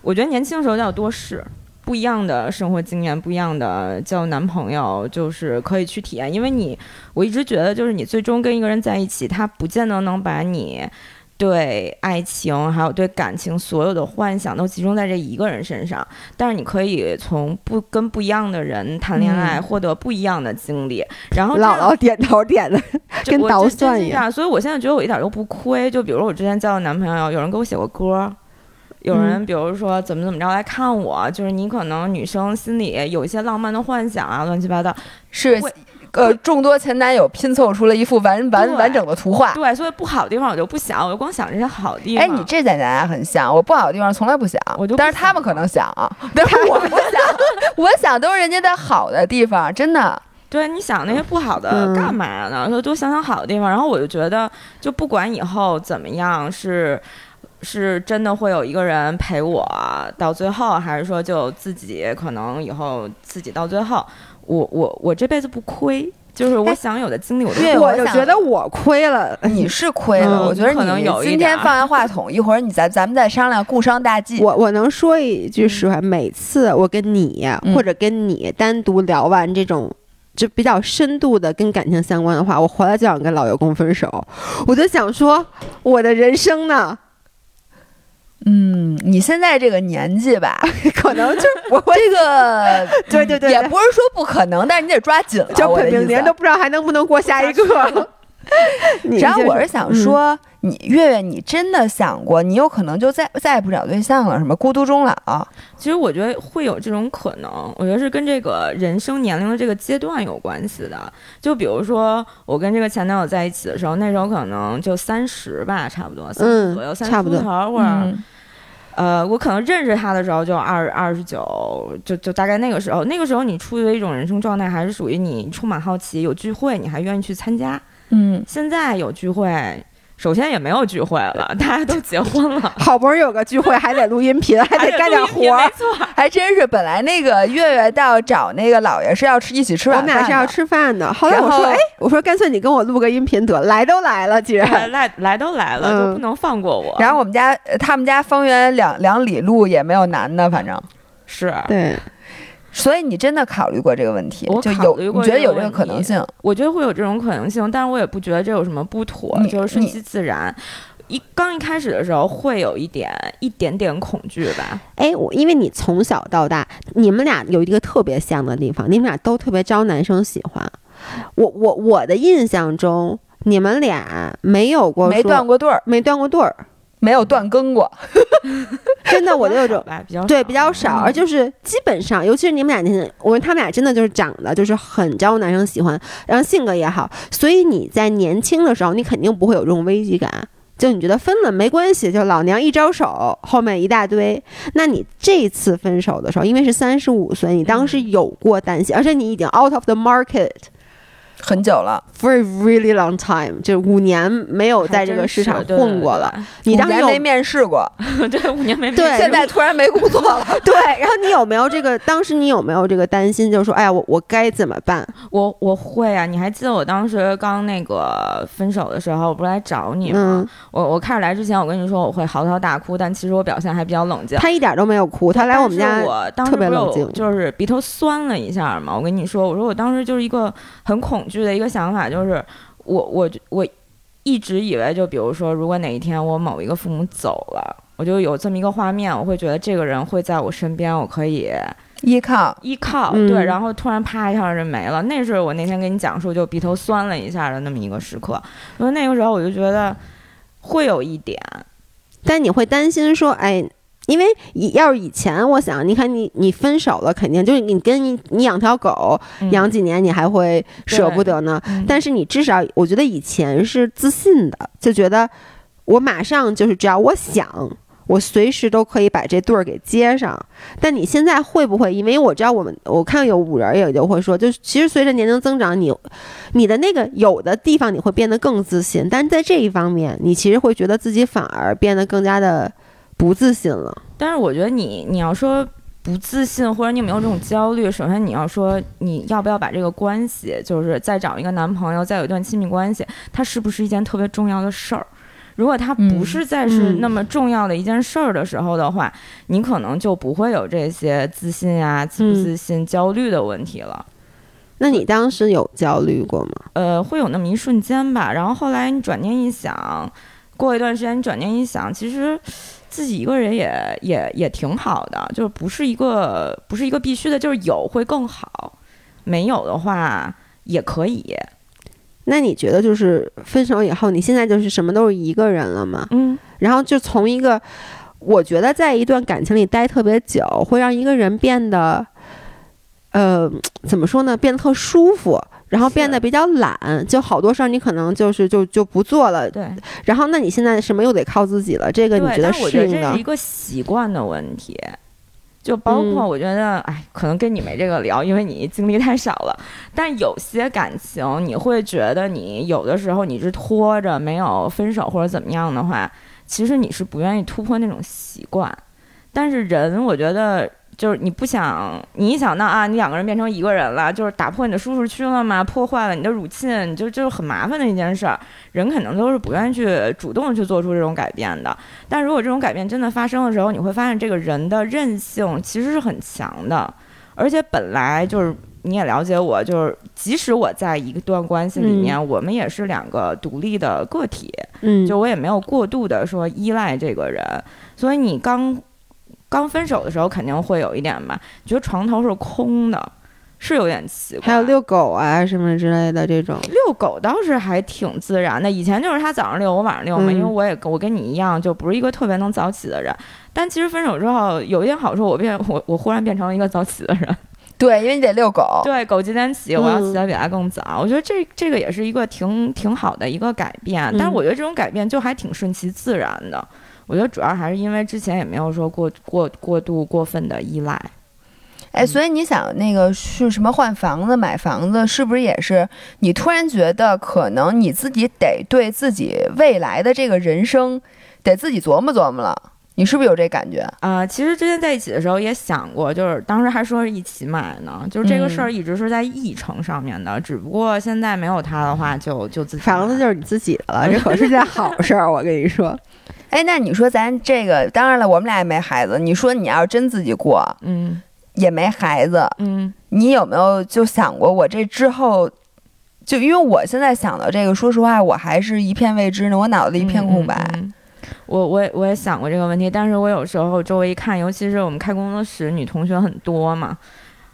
Speaker 3: 我觉得年轻的时候要多试不一样的生活经验，不一样的交男朋友，就是可以去体验。因为你，我一直觉得，就是你最终跟一个人在一起，他不见得能把你。对爱情还有对感情所有的幻想都集中在这一个人身上，但是你可以从不跟不一样的人谈恋爱，获得不一样的经历。然后这
Speaker 1: 嗯姥
Speaker 3: 样
Speaker 1: 姥点头点的，
Speaker 3: 就
Speaker 1: 跟
Speaker 3: 我
Speaker 1: 捣
Speaker 3: 真真
Speaker 1: 蒜
Speaker 3: 是
Speaker 1: 一
Speaker 3: 这
Speaker 1: 样
Speaker 3: 样，所以我现在觉得我一点都不亏。就比如我之前交的男朋友，有人给我写过歌，有
Speaker 1: 嗯
Speaker 3: 人比如说怎么怎么着来看我，就是你可能女生心里有一些浪漫的幻想啊，乱七八糟。
Speaker 2: 是
Speaker 3: 会
Speaker 2: 呃众多前男友拼凑出了一幅完完
Speaker 3: 对
Speaker 2: 完整的图画。
Speaker 3: 对，所以不好的地方我就不想，我就光想这些好地方。
Speaker 2: 哎，你这在咱俩很像，我不好的地方从来不想，
Speaker 3: 我就不
Speaker 2: 但是他们可能想啊，但是我不想，我想都是人家的好的地方，真的。
Speaker 3: 对，你想那些不好的
Speaker 1: 嗯
Speaker 3: 干嘛呢？说多想想好的地方。然后我就觉得，就不管以后怎么样，是是真的会有一个人陪我到最后，还是说就自己可能以后自己到最后，我我我这辈子不亏，就是我
Speaker 2: 哎
Speaker 3: 想有的经历我 都
Speaker 2: 对
Speaker 1: 我
Speaker 2: 我
Speaker 1: 就
Speaker 2: 想
Speaker 1: 觉得我亏了。
Speaker 2: 你是亏了，
Speaker 1: 嗯
Speaker 2: 我觉得
Speaker 3: 可能
Speaker 2: 你
Speaker 3: 有一
Speaker 2: 今
Speaker 3: 点
Speaker 2: 天
Speaker 3: 儿
Speaker 2: 放下话筒，一会儿你咱咱们再商量共商大计。
Speaker 1: 我我能说一句实话，每次我跟你啊
Speaker 2: 嗯
Speaker 1: 或者跟你单独聊完这种。就比较深度的跟感情相关的话，我回来就想跟老员工分手，我就想说，我的人生呢，
Speaker 2: 嗯，你现在这个年纪 吧，
Speaker 1: 可能就
Speaker 2: 我这个
Speaker 1: 对对对
Speaker 2: 也不是说不可能，但是你得抓紧了。
Speaker 1: 就
Speaker 2: 哦我的
Speaker 1: 本
Speaker 2: 意
Speaker 1: 命
Speaker 2: 思啊
Speaker 1: 年都不知道还能不能过下一个了。 你嗯
Speaker 2: 然后
Speaker 1: 就是
Speaker 2: 我是想说，你月月，你真的想过，你有可能就再再也不找对象了，什么孤独终老？啊
Speaker 3: 其实我觉得会有这种可能，我觉得是跟这个人生年龄的这个阶段有关系的。就比如说，我跟这个前男友在一起的时候，那时候可能就三十吧，差不多三十
Speaker 1: 嗯
Speaker 3: 左右，三
Speaker 1: 差
Speaker 3: 十
Speaker 1: 不
Speaker 3: 出
Speaker 1: 多，
Speaker 3: 头儿，或者、
Speaker 2: 嗯，
Speaker 3: 呃，我可能认识他的时候就二二十九，就就大概那个时候，那个时候你处于的一种人生状态，还是属于你充满好奇，有聚会你还愿意去参加。
Speaker 2: 嗯，
Speaker 3: 现在有聚会。首先也没有聚会了，大家都结婚了
Speaker 1: 好不容易有个聚会，还得录音频， 哎还
Speaker 3: 还
Speaker 1: 得干点
Speaker 3: 录音
Speaker 1: 活
Speaker 3: 频
Speaker 1: 儿
Speaker 3: 没。错，
Speaker 2: 还真是，本来那个月月到找那个姥爷是要吃一起吃
Speaker 1: 我
Speaker 2: 晚
Speaker 1: 们
Speaker 2: 饭
Speaker 1: 俩
Speaker 2: 的，
Speaker 1: 是要吃饭的。后来我说，
Speaker 2: 然后
Speaker 1: 哎，我说干脆你跟我录个音频得，了，来都来了，既
Speaker 3: 来
Speaker 1: 然
Speaker 3: 来来都来了，
Speaker 1: 嗯
Speaker 3: 就不能放过我。
Speaker 2: 然后我们家呃他们家方圆两两里路也没有男的，反正。
Speaker 3: 是，
Speaker 1: 对，
Speaker 2: 所以你真的考虑过这个问题，
Speaker 3: 我
Speaker 2: 就
Speaker 3: 考
Speaker 2: 有
Speaker 3: 虑
Speaker 2: 你
Speaker 3: 过
Speaker 2: 觉得
Speaker 3: 这个
Speaker 2: 有这个
Speaker 3: 问
Speaker 2: 可能
Speaker 3: 题
Speaker 2: 性，
Speaker 3: 我觉得会有这种可能性，但是我也不觉得这有什么不妥
Speaker 2: 你，
Speaker 3: 就是顺
Speaker 2: 你
Speaker 3: 其自然。一刚一开始的时候会有一点一点点恐惧吧，
Speaker 1: 哎，我因为你从小到大，你们俩有一个特别像的地方，你们俩都特别招男生喜欢。我我我的印象中，你们俩没有过
Speaker 2: 没
Speaker 1: 说
Speaker 2: 断过对儿，
Speaker 1: 没断过对儿，
Speaker 2: 没有断更过。
Speaker 1: 真的，我就有
Speaker 3: 比较
Speaker 1: 种
Speaker 3: 少吧，比较
Speaker 1: 对
Speaker 3: 少
Speaker 1: 比较少，
Speaker 3: 嗯
Speaker 1: 而就是基本上，尤其是你们俩那，我觉得他们俩真的就是长得就是很招男生喜欢，然后性格也好，所以你在年轻的时候，你肯定不会有这种危机感。就你觉得分了没关系，就老娘一招手，后面一大堆。那你这次分手的时候，因为是三十五岁，你当时
Speaker 3: 嗯
Speaker 1: 有过担心，而且你已经 out of the market
Speaker 2: 很久了，
Speaker 1: for a really long time，就五年没有
Speaker 3: 还
Speaker 1: 在这
Speaker 3: 真
Speaker 1: 个市
Speaker 3: 是
Speaker 1: 场
Speaker 3: 对
Speaker 1: 混过了。你当
Speaker 2: 五
Speaker 1: 时
Speaker 2: 年
Speaker 1: 有
Speaker 2: 没面试过，
Speaker 3: 对 对对五年没
Speaker 1: 对
Speaker 3: 面试
Speaker 2: 现在突然没工 作了，
Speaker 1: 对，然后你有没有这个？当时你有没有这个担心？就是说，哎呀，我我该怎么办？
Speaker 3: 我我会啊，你还记得我当时刚那个分手的时候，我不是来找你吗？
Speaker 1: 嗯，
Speaker 3: 我我开始来之前，我跟你说我会嚎啕大哭，但其实我表现还比较冷静。
Speaker 1: 他一点都没有哭，他来我们
Speaker 3: 但
Speaker 1: 家
Speaker 3: 是，我当时
Speaker 1: 特别
Speaker 3: 不是
Speaker 1: 冷
Speaker 3: 有
Speaker 1: 静
Speaker 3: 就是鼻头酸了一下嘛。我跟你说，我说我当时就是一个很恐惧的一个想法，就是我我我一直以为，就比如说，如果哪一天我某一个父母走了，我就有这么一个画面，我会觉得这个人会在我身边，我可以
Speaker 2: 依靠。
Speaker 3: 依靠。
Speaker 1: 嗯
Speaker 3: 对，然后突然啪一下就没了，那是我那天跟你讲述就鼻头酸了一下的那么一个时刻。因为那个时候我就觉得会有一点，
Speaker 1: 但你会担心说，哎。因为以要是以前，我想，你看你你分手了，肯定就是你跟你你养条狗
Speaker 3: 嗯
Speaker 1: 养几年，你还会舍不得呢。
Speaker 3: 嗯
Speaker 1: 但是你至少，我觉得以前是自信的，就觉得我马上就是只要我想，我随时都可以把这对儿给接上。但你现在会不会？因为我知道我们，我看有五人也就会说，就是其实随着年龄增长，你你的那个有的地方你会变得更自信，但在这一方面，你其实会觉得自己反而变得更加的不自信了。
Speaker 3: 但是我觉得你你要说不自信，或者你有没有这种焦虑，首先你要说你要不要把这个关系，就是再找一个男朋友，再有一段亲密关系，它是不是一件特别重要的事儿？如果它不是再是
Speaker 1: 嗯
Speaker 3: 那么重要的一件事儿的时候的话，你可能就不会有这些自信啊、自不自信、焦虑的问题了。
Speaker 1: 那你当时有焦虑过吗？
Speaker 3: 呃，会有那么一瞬间吧。然后后来你转念一想，过一段时间你转念一想，其实自己一个人也也也挺好的，就是不是一个不是一个必须的，就是有会更好，没有的话也可以。
Speaker 1: 那你觉得就是分手以后，你现在就是什么都是一个人了吗？
Speaker 3: 嗯，
Speaker 1: 然后就从一个，我觉得在一段感情里待特别久，会让一个人变得，呃，怎么说呢，变得特舒服，然后变得比较懒，就好多事儿你可能就是就就不做了。
Speaker 3: 对
Speaker 1: 然后那你现在什么又得靠自己了，这个
Speaker 3: 对，
Speaker 1: 你觉
Speaker 3: 但
Speaker 1: 得
Speaker 3: 我觉
Speaker 1: 适
Speaker 3: 得
Speaker 1: 应
Speaker 3: 这
Speaker 1: 的
Speaker 3: 是一？个习惯的问题。就包括
Speaker 1: 嗯
Speaker 3: 我觉得，哎，可能跟你没这个聊，因为你经历太少了。但有些感情，你会觉得你有的时候你是拖着没有分手或者怎么样的话，其实你是不愿意突破那种习惯。但是人，我觉得就是你不想，你一想到啊，你两个人变成一个人了，就是打破你的舒适区了嘛，破坏了你的 routine，你就就是很麻烦的一件事儿。人可能都是不愿意去主动去做出这种改变的。但如果这种改变真的发生的时候，你会发现这个人的韧性其实是很强的，而且本来就是你也了解我，就是即使我在一段关系里面，我们也是两个独立的个体，
Speaker 1: 嗯，
Speaker 3: 就我也没有过度的说依赖这个人，所以你刚刚分手的时候肯定会有一点吧，觉得床头是空的，是有点奇怪。
Speaker 1: 还有遛狗啊什么之类的这种，
Speaker 3: 遛狗倒是还挺自然的，以前就是他早上遛，我晚上遛嘛，
Speaker 1: 嗯
Speaker 3: 因为我也我跟你一样，就不是一个特别能早起的人。但其实分手之后有一点好处，我变我我忽然变成了一个早起的人。
Speaker 2: 对，因为你得遛狗。
Speaker 3: 对，狗几点起，我要
Speaker 1: 哦嗯
Speaker 3: 起得比他更早。我觉得这这个也是一个挺挺好的一个改变，
Speaker 1: 嗯
Speaker 3: 但是我觉得这种改变就还挺顺其自然的。我觉得主要还是因为之前也没有说过过过度过分的依赖，
Speaker 2: 哎，所以你想那个是什么换房子、买房子，是不是也是你突然觉得可能你自己得对自己未来的这个人生得自己琢磨琢磨了？你是不是有这感觉？
Speaker 3: 呃，其实之前在一起的时候也想过，就是当时还说是一起买呢，就是这个事儿
Speaker 2: 嗯
Speaker 3: 一直是在议程上面的，只不过现在没有他的话就，就自己
Speaker 1: 房子
Speaker 3: 买
Speaker 1: 就是你自己的了，这可是件好事儿，我跟你说。
Speaker 2: 哎，那你说咱这个，当然了，我们俩也没孩子。你说你要是真自己过，
Speaker 3: 嗯
Speaker 2: 也没孩子，
Speaker 3: 嗯
Speaker 2: 你有没有就想过我这之后？就因为我现在想到这个，说实话，我还是一片未知呢，我脑子一片空白。
Speaker 3: 嗯嗯我我也我也想过这个问题，但是我有时候周围一看，尤其是我们开工作室女同学很多嘛，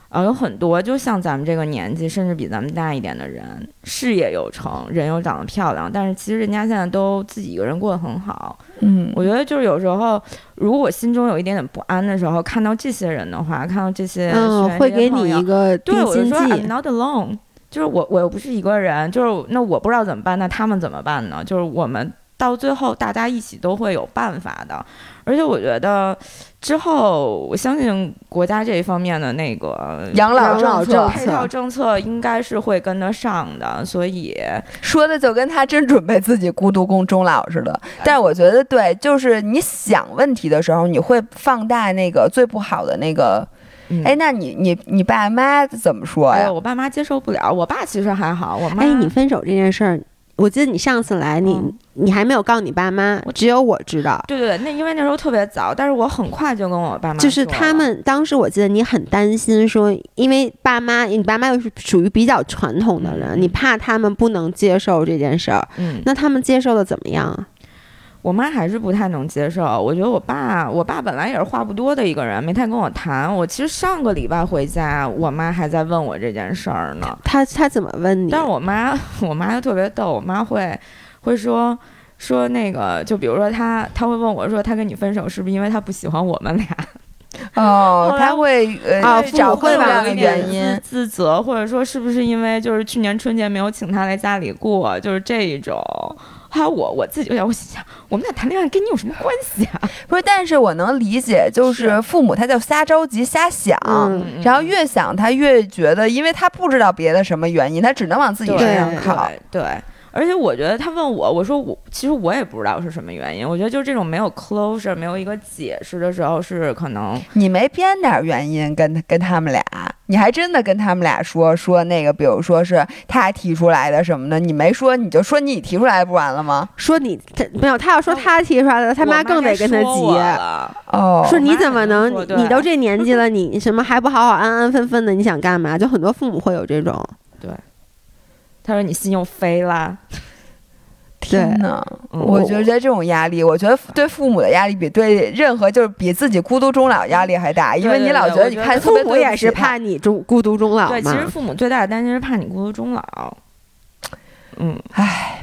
Speaker 3: 呃，有很多就像咱们这个年纪，甚至比咱们大一点的人，事业有成，人又长得漂亮，但是其实人家现在都自己一个人过得很好，
Speaker 2: 嗯
Speaker 3: 我觉得就是有时候，如果我心中有一点点不安的时候，看到这些人的话，看到这些学
Speaker 1: 嗯，
Speaker 3: 员
Speaker 1: 会
Speaker 3: 这些
Speaker 1: 给
Speaker 3: 朋
Speaker 1: 你
Speaker 3: 友
Speaker 1: 一个
Speaker 3: 对
Speaker 1: 定
Speaker 3: 我就
Speaker 1: 心
Speaker 3: 说 I'm
Speaker 1: 剂。
Speaker 3: not alone，就是我我又不是一个人，就是那我不知道怎么办，那他们怎么办呢？就是我们到最后大家一起都会有办法的，而且我觉得之后我相信国家这一方面的那个。
Speaker 2: 养老
Speaker 1: 养老
Speaker 2: 政策
Speaker 1: 政
Speaker 3: 配套政策应该是会跟得上的，所以
Speaker 2: 说的就跟他真准备自己孤独终终老似的。但是我觉得对，就是你想问题的时候，你会放大那个最不好的那个。
Speaker 3: 嗯
Speaker 2: 哎，那你你你爸妈怎么说
Speaker 3: 哎
Speaker 2: 呀
Speaker 3: 呀，？我爸妈接受不了。我爸其实还好，我妈
Speaker 1: 哎，你分手这件事儿，我记得你上次来，你
Speaker 3: 嗯
Speaker 1: 你还没有告你爸妈，只有我知道。
Speaker 3: 对对对，那因为那时候特别早，但是我很快就跟我爸妈
Speaker 1: 就是
Speaker 3: 说
Speaker 1: 他
Speaker 3: 了
Speaker 1: 们当时，我记得你很担心，说因为爸妈，你爸妈又是属于比较传统的人，
Speaker 3: 嗯
Speaker 1: 你怕他们不能接受这件事儿。
Speaker 3: 嗯，
Speaker 1: 那他们接受的怎么样啊？
Speaker 3: 我妈还是不太能接受。我觉得我爸，我爸本来也是话不多的一个人，没太跟我谈。我其实上个礼拜回家，我妈还在问我这件事儿呢。
Speaker 1: 他他怎么问你？
Speaker 3: 但是我妈，我妈就特别逗，我妈会会说说那个，就比如说她，她会问我说，她跟你分手是不是因为她不喜欢我们俩？
Speaker 2: 哦
Speaker 3: 后，来
Speaker 2: 他会呃、
Speaker 1: 啊父母
Speaker 2: 找各
Speaker 1: 会
Speaker 2: 种各
Speaker 1: 吧
Speaker 2: 样
Speaker 3: 有
Speaker 2: 的
Speaker 3: 一点
Speaker 2: 原因。
Speaker 3: 自自责，或者说是不是因为就是去年春节没有请他来家里过，就是这一种。还有我我自己就想，哎我心想，我们俩谈恋爱跟你有什么关系啊？
Speaker 2: 不是，但是我能理解，就是
Speaker 3: 是
Speaker 2: 父母他就瞎着急、瞎想，
Speaker 1: 嗯，
Speaker 2: 然后越想他越觉得，因为他不知道别的什么原因，他只能往自己
Speaker 3: 对
Speaker 2: 身上靠。
Speaker 3: 对对，而且我觉得他问我，我说我其实我也不知道是什么原因。我觉得就是这种没有 closure、没有一个解释的时候，是可能
Speaker 2: 你没编点原因跟他跟他们俩，你还真的跟他们俩说说那个，比如说是他提出来的什么的，你没说，你就说你提出来不完了吗？
Speaker 1: 说你他没有，他要说他提出来的，他
Speaker 3: 我妈
Speaker 1: 更得跟他
Speaker 3: 该说我
Speaker 1: 急。
Speaker 3: 了
Speaker 2: 哦，
Speaker 1: 说
Speaker 3: 我
Speaker 1: 你
Speaker 3: 妈
Speaker 1: 怎么
Speaker 3: 肯定
Speaker 1: 能
Speaker 3: 说？
Speaker 1: 你
Speaker 3: 对
Speaker 1: 都这年纪了，你什么还不好好安安分分的？你想干嘛？就很多父母会有这种，
Speaker 3: 他说你心又飞啦。
Speaker 2: 天呐，
Speaker 3: 嗯
Speaker 2: 我觉得这种压力，我觉得对父母的压力比对任何就是比自己孤独终老压力还大，因为
Speaker 3: 对
Speaker 2: 你
Speaker 3: 对
Speaker 2: 老
Speaker 3: 对
Speaker 2: 觉得
Speaker 3: 我
Speaker 2: 你
Speaker 3: 觉得
Speaker 2: 看
Speaker 1: 父母也是怕 你终孤独终老
Speaker 3: 对，其实
Speaker 1: 嘛。
Speaker 3: 父母最大的担心是怕你孤独终老。嗯，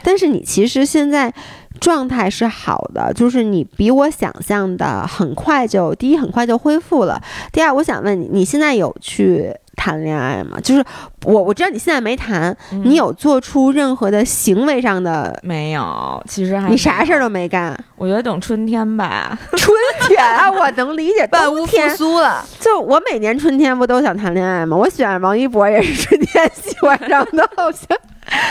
Speaker 1: 但是你其实现在状态是好的，就是你比我想象的很快就第一很快就恢复了，第二我想问你，你现在有去谈恋爱吗？就是我我知道你现在没谈，
Speaker 3: 嗯
Speaker 1: 你有做出任何的行为上的，
Speaker 3: 没有，其实还
Speaker 1: 你啥事儿
Speaker 3: 都，
Speaker 1: 都没啊干。
Speaker 3: 我觉得等春天吧。
Speaker 2: 春 天
Speaker 1: 啊，我能理解，
Speaker 2: 万
Speaker 1: 冬
Speaker 2: 物复
Speaker 1: 天
Speaker 2: 苏了。
Speaker 1: 就我每年春天不都想谈恋爱吗？我喜欢王一博也是春天喜欢上的，好像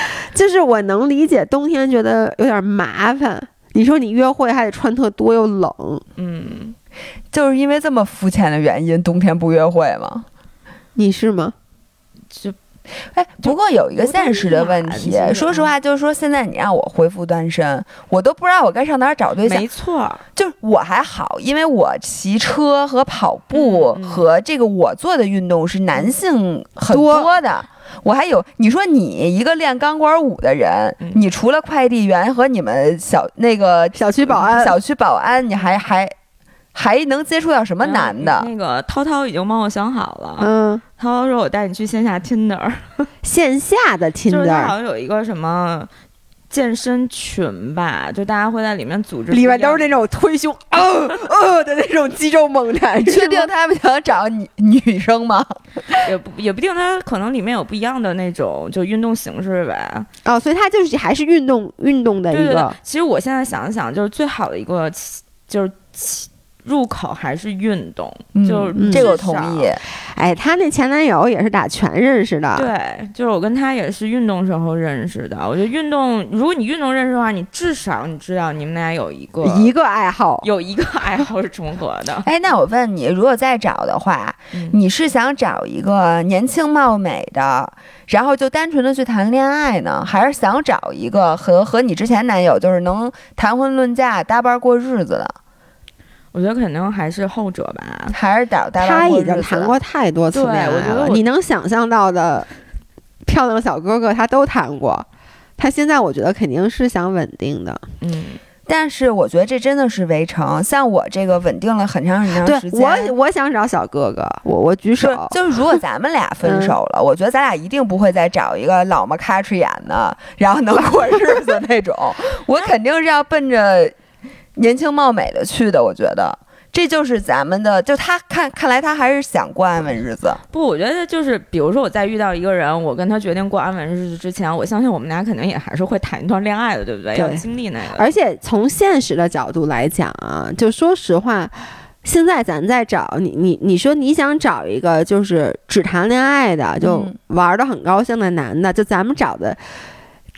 Speaker 1: 就是我能理解冬天觉得有点麻烦。你说你约会还得穿特多又冷，
Speaker 3: 嗯，
Speaker 2: 就是因为这么肤浅的原因，冬天不约会吗？
Speaker 1: 你是吗？
Speaker 3: 就
Speaker 2: 哎，不过有一个现实的问
Speaker 3: 不
Speaker 2: 题
Speaker 3: 太一，样
Speaker 2: 说实话，就是说现在你让我恢复单身，我都不知道我该上哪儿找对象
Speaker 3: 没。错，
Speaker 2: 就是我还好，因为我骑车和跑步
Speaker 3: 嗯嗯
Speaker 2: 和这个我做的运动是男性很多的。我还有，你说你一个练钢管舞的人，
Speaker 3: 嗯
Speaker 2: 你除了快递员和你们小那个
Speaker 1: 小区保
Speaker 3: 嗯
Speaker 1: 安，
Speaker 2: 小区保安，你还还还能接触到
Speaker 3: 嗯
Speaker 2: 什么男的？
Speaker 3: 那个涛涛已经帮我想好了。
Speaker 1: 嗯，
Speaker 3: 涛涛说：“我带你去线下 Tinder，
Speaker 1: 线下的
Speaker 3: 就是他好
Speaker 1: Tinder
Speaker 3: 像有一个什么健身群吧，就大家会在里面组织，
Speaker 1: 里面都是那种推胸呃呃的那种肌肉猛男，
Speaker 2: 你确
Speaker 1: 是吗
Speaker 2: 定他们想找女女生吗？
Speaker 3: 那也不也不定，他可能里面有不一样的那种就运动形式呗。
Speaker 1: 哦，所以他就是还是运动运动的
Speaker 3: 对
Speaker 1: 一
Speaker 3: 对对
Speaker 1: 个，
Speaker 3: 其实我现在想一想，就是最好的一个就是。入口还是运动，
Speaker 2: 嗯
Speaker 3: 就
Speaker 1: 嗯
Speaker 2: 这个我
Speaker 3: 至少
Speaker 2: 同意。
Speaker 1: 哎，她那前男友也是打拳认识的，
Speaker 3: 对，就是我跟他也是运动时候认识的。我觉得运动，如果你运动认识的话，你至少你知道你们俩有一个
Speaker 1: 一个爱好。
Speaker 3: 有一个爱好是重合 的。
Speaker 2: 哎，那我问你，如果再找的话，
Speaker 3: 嗯
Speaker 2: 你是想找一个年轻貌美的，然后就单纯的去谈恋爱呢，还是想找一个和和你之前男友就是能谈婚论嫁、搭伴过日子的，
Speaker 3: 我觉得肯定还是后者吧。
Speaker 2: 还是找搭
Speaker 1: 她
Speaker 2: 伴过
Speaker 1: 已
Speaker 2: 日子的？
Speaker 1: 经谈过太多次
Speaker 3: 对
Speaker 1: 恋爱
Speaker 3: 我觉得
Speaker 1: 了，
Speaker 3: 我
Speaker 1: 你能想象到的漂亮小哥哥她都谈过。她现在我觉得肯定是想稳定的，
Speaker 3: 嗯，
Speaker 2: 但是我觉得这真的是围城。像我这个稳定了很长很长
Speaker 1: 对
Speaker 2: 时间，
Speaker 1: 我我想找小哥哥，我我举手
Speaker 2: 就。就是如果咱们俩
Speaker 1: 嗯
Speaker 2: 分手了，我觉得咱俩一定不会再找一个老么咔哧眼的，然后能过日子那种。 我肯定是要奔着年轻貌美的去的。我觉得这就是咱们的，就他看看来他还是想过安稳日子。
Speaker 3: 不，我觉得就是，比如说我再遇到一个人，我跟他决定过安稳日子之前，我相信我们俩肯定也还是会谈一段恋爱的，对不对？
Speaker 1: 对
Speaker 3: 要经历那个。
Speaker 1: 而且从现实的角度来讲啊，就说实话，现在咱在找你，你你说你想找一个就是只谈恋爱的，就
Speaker 2: 嗯
Speaker 1: 玩的很高兴的男的，就咱们找的。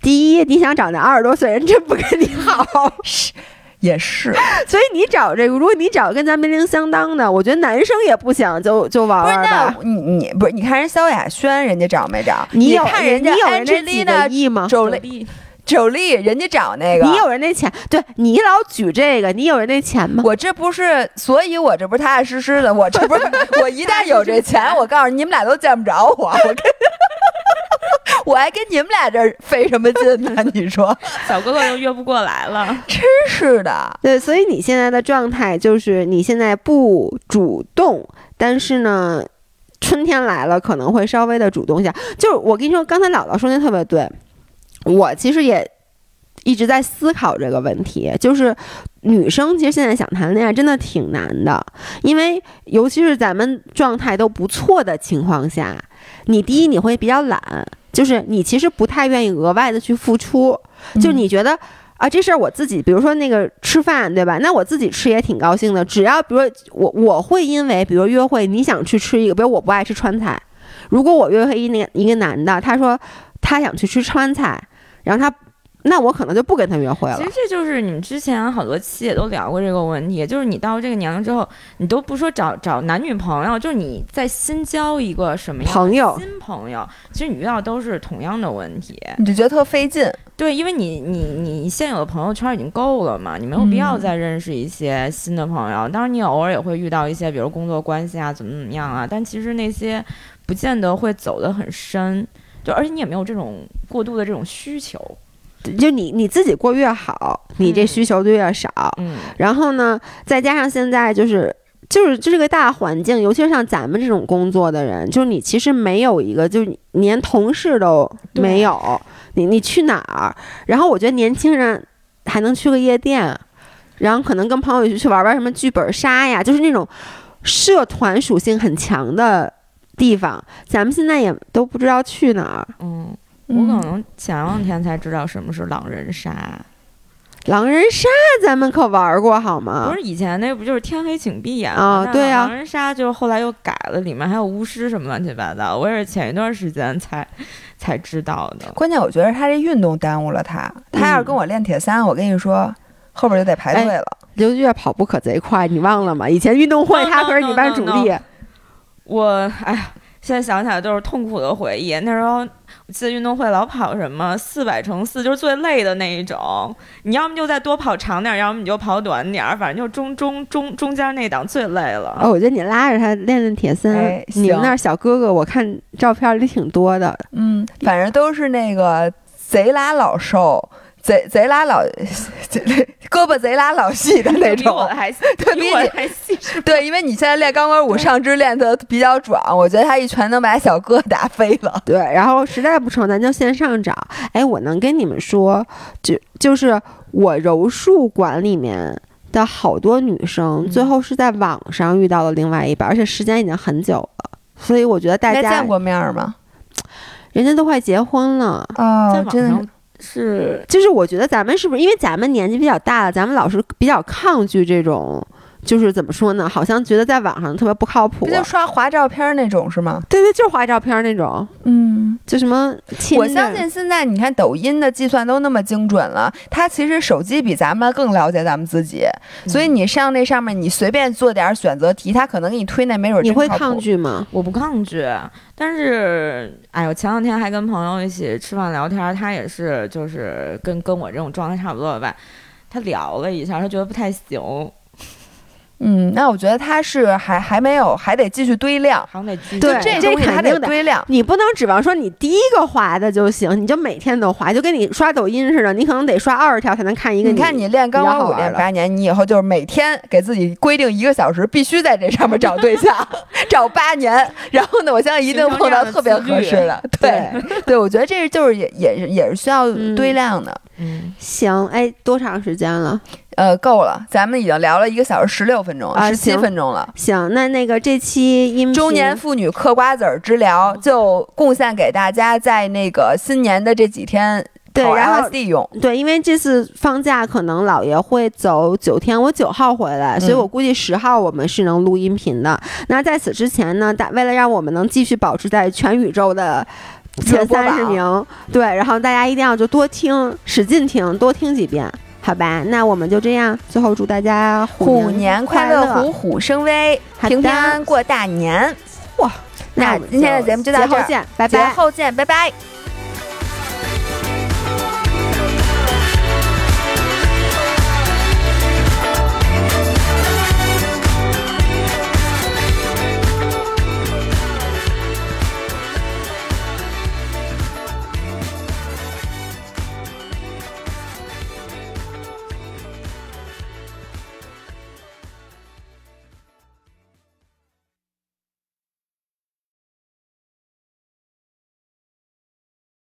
Speaker 1: 第一，你想找那二十多岁人真不跟你好，
Speaker 2: 是，也是，
Speaker 1: 所以你找这个，如果你找跟咱年龄相当的，我觉得男生也不想就就玩
Speaker 2: 不是
Speaker 1: 玩
Speaker 2: 那
Speaker 1: 吧。
Speaker 2: 你你不是你看人萧亚轩，人家找没找？
Speaker 1: 有
Speaker 2: 看人家
Speaker 1: 你有人家几个
Speaker 2: Angelina
Speaker 1: 亿吗？
Speaker 2: Jolie
Speaker 3: 力
Speaker 2: Jolie，人家找那个
Speaker 1: 你有人那钱？对你老举这个，你有人那钱 吗？
Speaker 2: 我这不是，所以我这不是踏踏实实的，我这不是，我一旦有这钱，我告诉你，你们俩都见不着我，我跟，我还跟你们俩这儿费什么劲呢？你说，
Speaker 3: 小哥哥又约不过来了。
Speaker 2: 真是的，
Speaker 1: 对，所以你现在的状态就是你现在不主动，但是呢，春天来了可能会稍微的主动一下。就是我跟你说，刚才姥姥说那特别对，我其实也一直在思考这个问题，就是女生其实现在想谈恋爱真的挺难的，因为尤其是咱们状态都不错的情况下，你第一你会比较懒，就是你其实不太愿意额外的去付出，
Speaker 2: 嗯
Speaker 1: 就你觉得。啊，这事儿我自己，比如说那个吃饭，对吧？那我自己吃也挺高兴的。只要比如我，我会因为比如约会，你想去吃一个，比如我不爱吃川菜，如果我约会一那一个男的，他说他想去吃川菜，然后他，那我可能就不跟他约会了
Speaker 3: 其实。这就是你们之前好多期也都聊过这个问题，就是你到这个年龄之后，你都不说找找男女朋友，就是你在新交一个什么样的
Speaker 1: 朋友
Speaker 3: 新朋友，其实你遇到都是同样的问题。
Speaker 2: 你就觉得特费劲，
Speaker 3: 对，因为你你你现有的朋友圈已经够了嘛，你没有必要
Speaker 2: 嗯
Speaker 3: 再认识一些新的朋友。当然，你偶尔也会遇到一些，比如工作关系啊，怎么怎么样啊，但其实那些不见得会走得很深，就而且你也没有这种过度的这种需求。
Speaker 1: 就你你自己过越好，你这
Speaker 3: 嗯
Speaker 1: 需求就越少。
Speaker 3: 嗯，
Speaker 1: 然后呢，再加上现在就是就是这是个大环境，尤其是像咱们这种工作的人，就是你其实没有一个，就是你连同事都没有，你你去哪儿？然后我觉得年轻人还能去个夜店，然后可能跟朋友一起去玩玩什么剧本杀呀，就是那种社团属性很强的地方，咱们现在也都不知道去哪儿。
Speaker 3: 嗯，我
Speaker 2: 嗯
Speaker 3: 可能前两天才知道什么是狼人杀，
Speaker 2: 啊
Speaker 1: 狼人杀咱们可玩过好吗
Speaker 3: 不？是以前那不就是天黑请闭眼
Speaker 1: 啊
Speaker 2: 哦
Speaker 3: 吗？但
Speaker 1: 对呀
Speaker 3: 狼人杀就是后来又改了，里面还有巫师什么乱七八糟，我也是前一段时间才才知道的。
Speaker 2: 关键我觉得他这运动耽误了他，他要是跟我练铁三，我跟你说，后边就得排队了。
Speaker 1: 刘月跑步可贼快，你忘了吗？以前运动会
Speaker 3: No,
Speaker 1: 她
Speaker 3: no,
Speaker 1: 可是你
Speaker 3: no,
Speaker 1: 班
Speaker 3: no,
Speaker 1: 主
Speaker 3: no.
Speaker 1: 力。
Speaker 3: 我哎呀，现在想起来都是痛苦的回忆。那时候我记得运动会老跑什么四百乘四，就是最累的那一种。你要么就再多跑长点儿，要么你就跑短点儿，反正就中中中中间那档最累了。
Speaker 1: 哦，我觉得你拉着他练练铁三，
Speaker 2: 哎
Speaker 1: 你们
Speaker 2: 行
Speaker 1: 那儿小哥哥，我看照片里挺多的。
Speaker 2: 嗯，反正都是那个贼拉老瘦。贼贼拉老， 贼胳膊贼拉老细的那
Speaker 3: 比
Speaker 2: 种，
Speaker 3: 我的还细，
Speaker 2: 对比
Speaker 3: 比
Speaker 2: 你
Speaker 3: 我的还细是吧？
Speaker 2: 对，因为你现在练钢管舞，上肢练得比较壮，我觉得他一拳能把小哥打飞了。
Speaker 1: 对，然后实在不成，咱就线上找。哎，我能跟你们说，就就是我柔术馆里面的好多女生，最
Speaker 3: 嗯
Speaker 1: 后是在网上遇到了另外一半，而且时间已经很久了，所以我觉得 大
Speaker 2: 没
Speaker 1: 家
Speaker 2: 见过面儿吗？
Speaker 1: 人家都快结婚了。
Speaker 3: 在
Speaker 2: 哦，
Speaker 3: 网
Speaker 2: 真的
Speaker 3: 上
Speaker 2: 是，
Speaker 3: 是
Speaker 1: 就是我觉得咱们是不是因为咱们年纪比较大了，咱们老是比较抗拒这种就是怎么说呢，好像觉得在网上特别不啊靠谱
Speaker 2: 不。就刷滑照片那种是吗？
Speaker 1: 对对，就是滑照片那种，
Speaker 2: 嗯，
Speaker 1: 就什么亲
Speaker 2: 我相信现在你看抖音的计算都那么精准了，它其实手机比咱们更了解咱们自己，
Speaker 1: 嗯
Speaker 2: 所以你上那上面你随便做点选择题，它可能给你推那没准
Speaker 1: 你
Speaker 2: 真
Speaker 1: 会
Speaker 2: 靠谱
Speaker 1: 抗。拒吗？
Speaker 3: 我不抗拒，但是，哎，我前两天还跟朋友一起吃饭聊天，他也是，就是跟跟我这种状态差不多吧。他聊了一下，他觉得不太行，
Speaker 2: 嗯，那我觉得它是还还没有，还得继续堆量。
Speaker 3: 好像得继续
Speaker 1: 对
Speaker 2: 就这
Speaker 1: 这
Speaker 2: 东西
Speaker 1: 肯
Speaker 2: 它得
Speaker 1: 定的
Speaker 2: 堆量。
Speaker 1: 你不能指望说你第一个滑的就行，你就每天都滑，就跟你刷抖音似的，你可能得刷二十条才能看一个
Speaker 2: 你看你练钢
Speaker 1: 比较
Speaker 2: 管
Speaker 1: 好
Speaker 2: 舞
Speaker 1: 玩
Speaker 2: 练
Speaker 1: 了
Speaker 2: 八年，你以后就是每天给自己规定一个小时，必须在这上面找对 象，找八年。然后呢，我相信一定
Speaker 3: 形成
Speaker 2: 碰
Speaker 3: 这
Speaker 2: 到
Speaker 3: 样的
Speaker 2: 特别
Speaker 3: 自律
Speaker 2: 合适的。 对对，我觉得这是就是也也是也是需要
Speaker 1: 嗯
Speaker 2: 堆量的。
Speaker 3: 嗯，
Speaker 1: 行，哎，多长时间了？
Speaker 2: 呃，够了，咱们已经聊了一个小时十六分钟，
Speaker 1: 啊
Speaker 2: 十七
Speaker 1: 行
Speaker 2: 分钟了。
Speaker 1: 行，那那个这期音频
Speaker 2: 中年妇女嗑瓜子儿之聊就贡献给大家，在那个新年的这几天
Speaker 1: 对，
Speaker 2: 跑
Speaker 1: 然后
Speaker 2: LSD 用。
Speaker 1: 对，因为这次放假可能姥爷会走九天，我九号回来，
Speaker 2: 嗯
Speaker 1: 所以我估计十号我们是能录音频的。那在此之前呢，大为了让我们能继续保持在全宇宙的。
Speaker 2: 热
Speaker 1: 前
Speaker 2: 播
Speaker 1: 三
Speaker 2: 榜
Speaker 1: 十名，对，然后大家一定要就多听，使劲听，多听几遍，好吧？那我们就这样，最后祝大家
Speaker 2: 虎
Speaker 1: 年
Speaker 2: 年快
Speaker 1: 乐，
Speaker 2: 乐，虎虎生威，
Speaker 1: 好的
Speaker 2: 平平安安过大年。
Speaker 1: 那
Speaker 2: 那
Speaker 1: 我们
Speaker 2: 今天的节目就到
Speaker 1: 节后
Speaker 2: 这儿
Speaker 1: 见，拜
Speaker 2: 节
Speaker 1: 拜。
Speaker 2: 后见，拜拜。